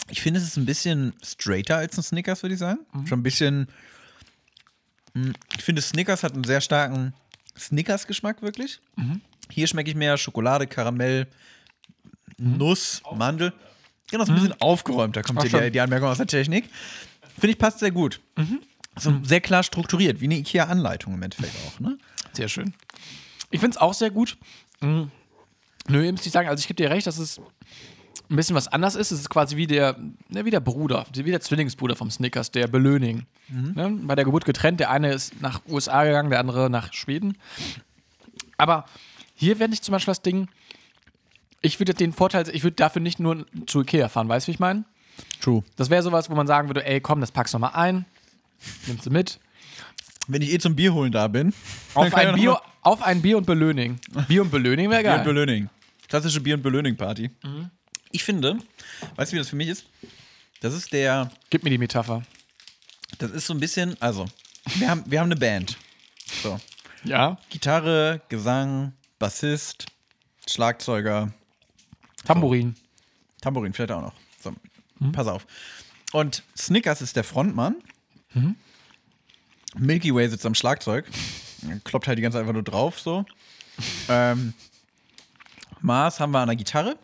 Ich finde, es ist ein bisschen straighter als ein Snickers, würde ich sagen.
Mhm.
Schon ein bisschen. mh, Ich finde, Snickers hat einen sehr starken Snickers-Geschmack, wirklich.
Mhm.
Hier schmecke ich mehr Schokolade, Karamell, Nuss, Mandel. Genau, so ein bisschen aufgeräumter kommt
Mhm. Ach,
hier die,
schon. Mhm.
die Anmerkung aus der Technik. Finde ich, passt sehr gut. So sehr klar strukturiert, wie eine IKEA-Anleitung im Endeffekt auch. Ne?
Sehr schön. Ich finde es auch sehr gut. Mhm. Nö, ich muss nicht sagen, also ich gebe dir recht, dass es ein bisschen was anders ist. Es ist quasi wie der, ne, wie der Bruder, wie der Zwillingsbruder vom Snickers, der Belöning. Ne, bei der Geburt getrennt, der eine ist nach USA gegangen, der andere nach Schweden. Aber hier werde ich zum Beispiel das Ding, ich würde den Vorteil, ich würde dafür nicht nur zu Ikea fahren, weißt du, wie ich meine?
True.
Das wäre sowas, wo man sagen würde, ey, komm, das packst du mal ein, nimmst du mit,
Wenn ich eh zum Bier holen da bin, [laughs] dann kann
Auf
ich
ein,
auch noch
Bio,
mal-
auf ein Bier und Belöning. Bier und Belöning wäre
Bier und
geil.
Belöning. Klassische Bier- und Belöning-Party.
Ich finde,
Weißt du, wie das für mich ist? Das ist der,
Gib mir die Metapher.
das ist so ein bisschen, also, wir haben, wir haben eine Band. So.
Ja.
Gitarre, Gesang, Bassist, Schlagzeuger,
Tambourin.
Tambourin vielleicht auch noch. So, pass auf. Und Snickers ist der Frontmann. Milky Way sitzt am Schlagzeug. Kloppt halt die ganze Zeit einfach nur drauf, so. ähm, Mars haben wir an der Gitarre.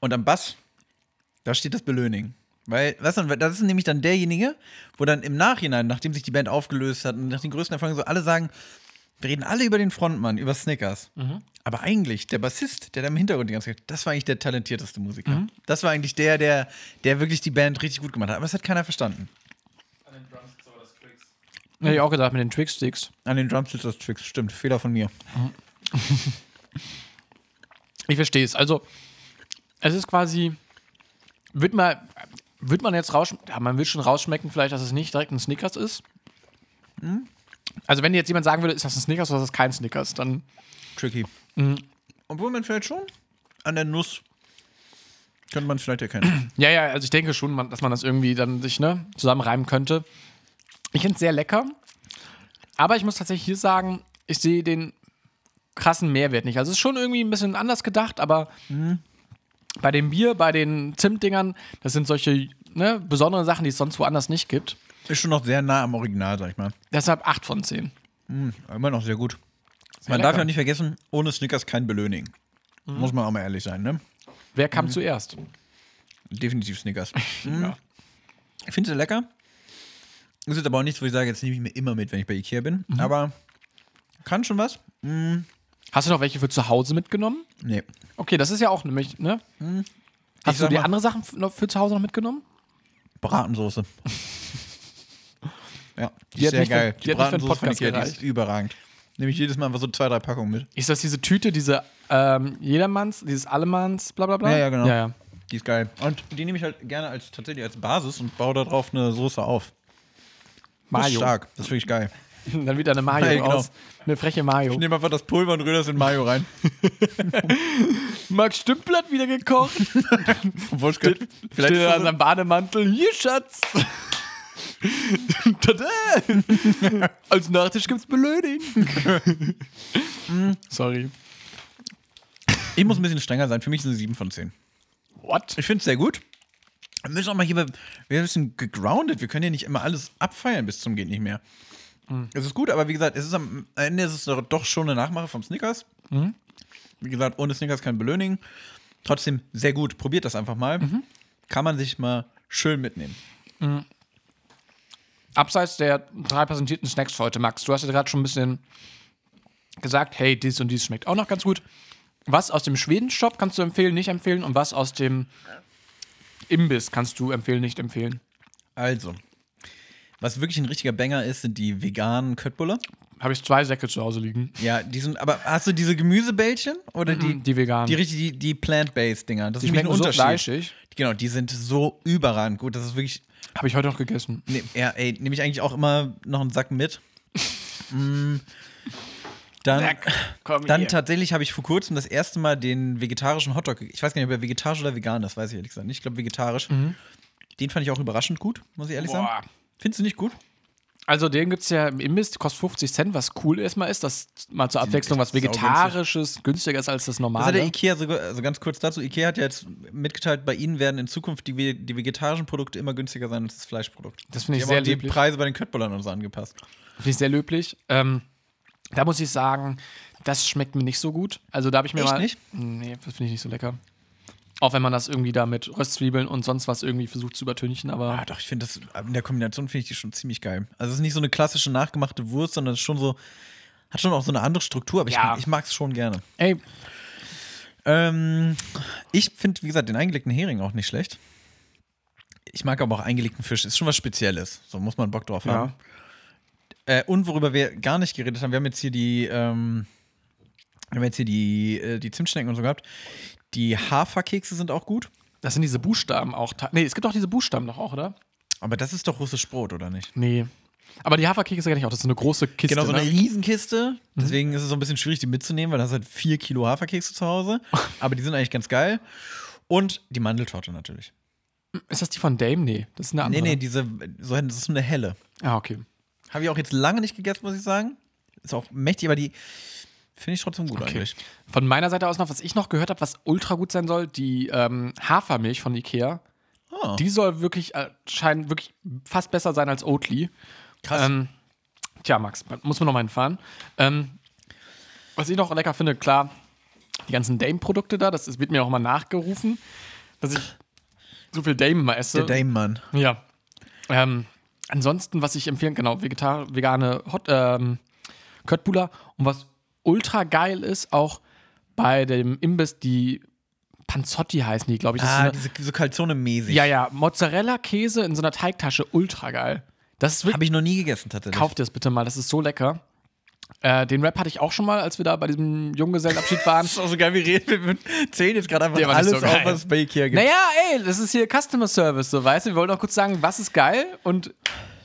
Und am Bass, da steht das Belöning. Weil, weißt du, das ist nämlich dann derjenige, wo dann im Nachhinein, nachdem sich die Band aufgelöst hat und nach den größten Erfolgen so alle sagen, wir reden alle über den Frontmann, über Snickers.
Mhm.
Aber eigentlich, der Bassist, der da im Hintergrund die ganze Zeit, das war eigentlich der talentierteste Musiker.
Mhm.
Das war eigentlich der, der, der wirklich die Band richtig gut gemacht hat. Aber das hat keiner verstanden.
An den Drums ist aber das Tricks.
Hätte ich auch gesagt, mit den Twix-Sticks.
An den Drumsticks das Tricks, stimmt. Fehler von mir.
Ich verstehe es. Also, es ist quasi. Wird mal. Wird man jetzt raus. Ja, man will schon rausschmecken, vielleicht, dass es nicht direkt ein Snickers ist.
Hm?
Also, wenn dir jetzt jemand sagen würde, ist das ein Snickers oder ist das kein Snickers, dann
Tricky.
Mhm.
Obwohl man vielleicht schon an der Nuss könnte man es vielleicht erkennen. [clears throat]
Ja, ja, also ich denke schon, man, dass man das irgendwie dann sich ne, zusammenreimen könnte. Ich finde es sehr lecker. Aber ich muss tatsächlich hier sagen, ich sehe den krassen Mehrwert nicht. Also es ist schon irgendwie ein bisschen anders gedacht, aber bei dem Bier, bei den Zimtdingern, das sind solche ne, besonderen Sachen, die es sonst woanders nicht gibt.
Ist schon noch sehr nah am Original, sag ich mal.
Deshalb 8 von 10.
Immer noch sehr gut.
Sehr
man darf
lecker. Mhm.
ja nicht vergessen, ohne Snickers kein Belöning. Muss man auch mal ehrlich sein, ne?
Wer kam zuerst?
Definitiv
[laughs]
Snickers. Mhm. Ich finde sie lecker. Es ist aber auch nichts, wo ich sage, jetzt nehme ich mir immer mit, wenn ich bei Ikea bin.
Mhm.
Aber kann schon was?
Hast du noch welche für zu Hause mitgenommen?
Nee.
Okay, das ist ja auch nämlich, ne? Hast du
Mhm. sag
dir
mal-
andere Sachen f- noch für zu Hause noch mitgenommen? [laughs]
Bratensoße. ja, die,
Die
ist
hat
sehr
nicht für-
geil.
die hat nicht für den
von
Podcast
Ikea, die ist
gereicht.
überragend. Nehme ich jedes Mal einfach so zwei, drei Packungen mit.
Ist das diese Tüte, diese ähm, Jedermanns, dieses Allemanns, bla bla bla?
Ja, ja, genau.
Ja, ja.
Die ist geil. Und die nehme ich halt gerne als tatsächlich als Basis und baue da drauf eine Soße auf. Das ist
Mayo.
stark. Das ist wirklich geil.
[laughs] Dann wieder eine Mayo
Ja, ja, genau.
raus. Eine freche
Ich
Mayo.
nehme einfach das Pulver und rühre das in Mayo
[laughs]
rein.
Max Stümpel hat wieder gekocht. [laughs]
Obwohl ich könnte, vielleicht ist
Steht er an
das,
seinem Bademantel. Hier, [laughs] Schatz. Tada. Als Nachtisch gibt's Belöning. [laughs] Sorry.
ich muss ein bisschen strenger sein. Für mich sind sie 7 von 10.
What?
Ich finde es sehr gut. Wir müssen auch mal hier, wir wir müssen gegroundet. Wir können ja nicht immer alles abfeiern bis zum geht nicht mehr.
Mhm.
Es ist gut, aber wie gesagt, es ist am Ende ist es doch- doch schon eine Nachmache vom Snickers.
Mhm.
Wie gesagt, ohne Snickers kein Belöning. Trotzdem sehr gut. Probiert das einfach mal.
Mhm.
Kann man sich mal schön mitnehmen.
Abseits der drei präsentierten Snacks heute, Max, du hast ja gerade schon ein bisschen gesagt, hey, dies und dies schmeckt auch noch ganz gut. Was aus dem Schweden-Shop kannst du empfehlen, nicht empfehlen? Und was aus dem Imbiss kannst du empfehlen, nicht empfehlen?
Also, was wirklich ein richtiger Banger ist, sind die veganen Köttbulle.
Habe ich zwei Säcke zu Hause liegen.
Ja, die sind, aber hast du diese Gemüsebällchen oder die,
Mhm, Die, die veganen.
die richtig, die, die Plant-Based-Dinger? Das ist
Die
nämlich ein
schmecken so
Unterschied.
fleischig.
Genau, die sind so überragend gut. Das ist wirklich,
Habe ich heute noch gegessen.
ne, ja, ey, nehme ich eigentlich auch immer noch einen Sack mit. [laughs] Mm, dann,
komm
dann tatsächlich habe ich vor kurzem das erste Mal den vegetarischen Hotdog. Ich weiß gar nicht, ob er vegetarisch oder vegan ist, weiß ich ehrlich gesagt nicht. Ich glaube vegetarisch.
Mhm.
Den fand ich auch überraschend gut, muss ich ehrlich
Boah.
sagen. Findest du nicht gut?
Also den gibt es ja im Imbiss, die kostet 50 Cent, was cool erstmal ist, dass mal zur Abwechslung was
echt saugünstig.
Vegetarisches günstiger ist als das
Das hat der
normale.
Ikea sogar, also ganz kurz dazu, Ikea hat ja jetzt mitgeteilt, bei ihnen werden in Zukunft die, ve- die vegetarischen Produkte immer günstiger sein als das Fleischprodukt.
Das finde
Die
ich
haben
sehr
auch die
lieblich.
Preise bei den Köttbollern und so angepasst.
Finde ich sehr löblich. Ähm, da muss ich sagen, das schmeckt mir nicht so gut. Also da habe ich mir
Echt
mal.
nicht?
Nee, das finde ich nicht so lecker. Auch wenn man das irgendwie da mit Röstzwiebeln und sonst was irgendwie versucht zu übertünchen, aber
Ah, doch, ich finde das, in der Kombination finde ich die schon ziemlich geil. Also es ist nicht so eine klassische nachgemachte Wurst, sondern es ist schon so, hat schon auch so eine andere Struktur, aber
Ja.
ich, ich mag es schon gerne.
ey,
Ähm, ich finde, wie gesagt, den eingelegten Hering auch nicht schlecht. Ich mag aber auch eingelegten Fisch, ist schon was Spezielles. So muss man Bock drauf
Ja.
haben. Äh, und worüber wir gar nicht geredet haben, wir haben jetzt hier die, ähm, wir haben jetzt hier die, äh, die Zimtschnecken und so gehabt. Die Haferkekse sind auch gut.
das sind diese Buchstaben auch. ta- Nee, es gibt auch diese Buchstaben noch auch, oder?
Aber das ist doch russisch Brot, oder nicht?
Nee. Aber die Haferkekse kenne ich auch. Das ist eine große Kiste.
Genau, so
ne? Mhm.
eine Riesenkiste. Deswegen ist es so ein bisschen schwierig, die mitzunehmen, weil da hast du halt vier Kilo Haferkekse zu
[laughs]
Hause. Aber die sind eigentlich ganz geil. Und die Mandeltorte natürlich.
Ist das die von Dame? Nee, das ist eine
Nee,
andere.
nee, diese, so, das ist so eine helle.
Ah, okay.
Habe ich auch jetzt lange nicht gegessen, muss ich sagen. Ist auch mächtig, aber die finde ich trotzdem gut eigentlich.
Von meiner Seite aus noch, was ich noch gehört habe, was ultra gut sein soll, die ähm, Hafermilch von Ikea.
Ah.
Die soll wirklich, äh, scheint wirklich fast besser sein als Oatly.
Krass.
Ähm, tja, Max, muss man noch mal hinfahren. Ähm, was ich noch lecker finde, klar, die ganzen Dame-Produkte da, das ist, wird mir auch immer nachgerufen, dass ich so viel Dame mal esse.
Der Dame-Mann.
Ja. Ähm, ansonsten, was ich empfehlen, genau, Vegetar vegane Hot, ähm, Köttbula. Und was ultra geil ist, auch bei dem Imbiss, die Panzotti heißen die, glaube ich. Das
Ah,
ist so
diese, so Calzone-mäßig.
eine, ja, ja, Mozzarella-Käse in so einer Teigtasche, ultra geil. Das ist wirklich,
Habe ich noch nie gegessen tatsächlich.
kauft dir das bitte mal, das ist so lecker. Äh, den Rap hatte ich auch schon mal, als wir da bei diesem Junggesellenabschied waren.
Das ist auch [laughs] so geil, wir reden. Wir zählen jetzt gerade einfach
Der war nicht
alles
so geil.
auf, was es bei Ikea gibt.
naja, ey, das ist hier Customer Service, so weißt du. Wir wollen auch kurz sagen, was ist geil und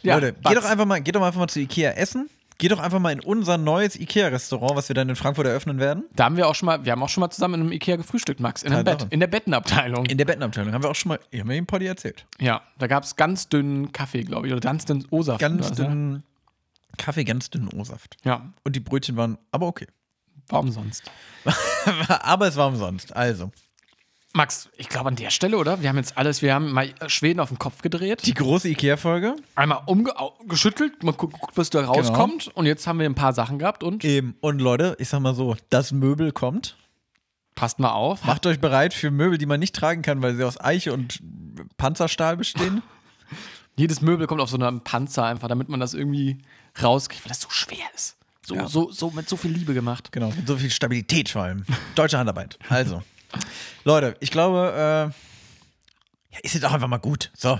Ja,
Leute,
Batz.
geht doch, einfach mal, geht doch mal einfach mal zu Ikea essen. Geht doch einfach mal in unser neues Ikea-Restaurant, was wir dann in Frankfurt eröffnen werden.
Da haben wir auch schon mal, wir haben auch schon mal zusammen in einem Ikea gefrühstückt, Max, in einem
Tatsache.
Bett, in der Bettenabteilung.
In der Bettenabteilung haben wir auch schon mal, haben wir im Poddy erzählt.
ja, da gab es ganz dünnen Kaffee, glaube ich, oder ganz dünnen O-Saft.
Ganz
oder so, ne?
dünnen Kaffee, ganz dünnen O-Saft.
Ja,
Und die Brötchen waren aber okay. [laughs]
warum sonst?
aber es war umsonst. Also,
Max, ich glaube an der Stelle, oder? Wir haben jetzt alles, wir haben mal äh, Schweden auf den Kopf gedreht,
die große Ikea-Folge.
einmal umgeschüttelt, mal gucken, was da
Genau.
rauskommt. Und jetzt haben wir ein paar Sachen gehabt und
Eben. Und Leute, ich sag mal so, das Möbel kommt.
passt mal auf.
Macht euch bereit für Möbel, die man nicht tragen kann, weil sie aus Eiche und Panzerstahl bestehen.
Jedes Möbel kommt auf so einem Panzer einfach, damit man das irgendwie rauskriegt, weil das so schwer ist. So, so, so mit so viel Liebe gemacht.
Genau, mit so viel Stabilität vor allem. Deutsche Handarbeit. Also, [laughs] Leute, ich glaube, äh, ja, ist jetzt auch einfach mal gut. So,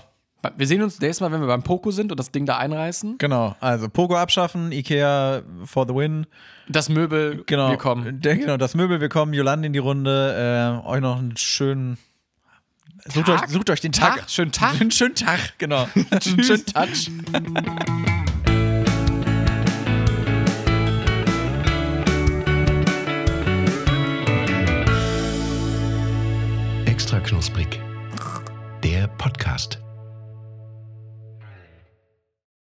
Wir sehen uns nächstes Mal, wenn wir beim Poco sind und das Ding da einreißen.
genau. Also, Pogo abschaffen, Ikea for the win.
Das Möbel,
Genau.
wir kommen.
Der, genau, das Möbel willkommen, Jolande in die Runde. Äh, euch noch einen schönen. Sucht euch, sucht euch den Tag.
Tag, schönen Tag. [laughs]
Einen schönen Tag, genau. einen schönen Touch.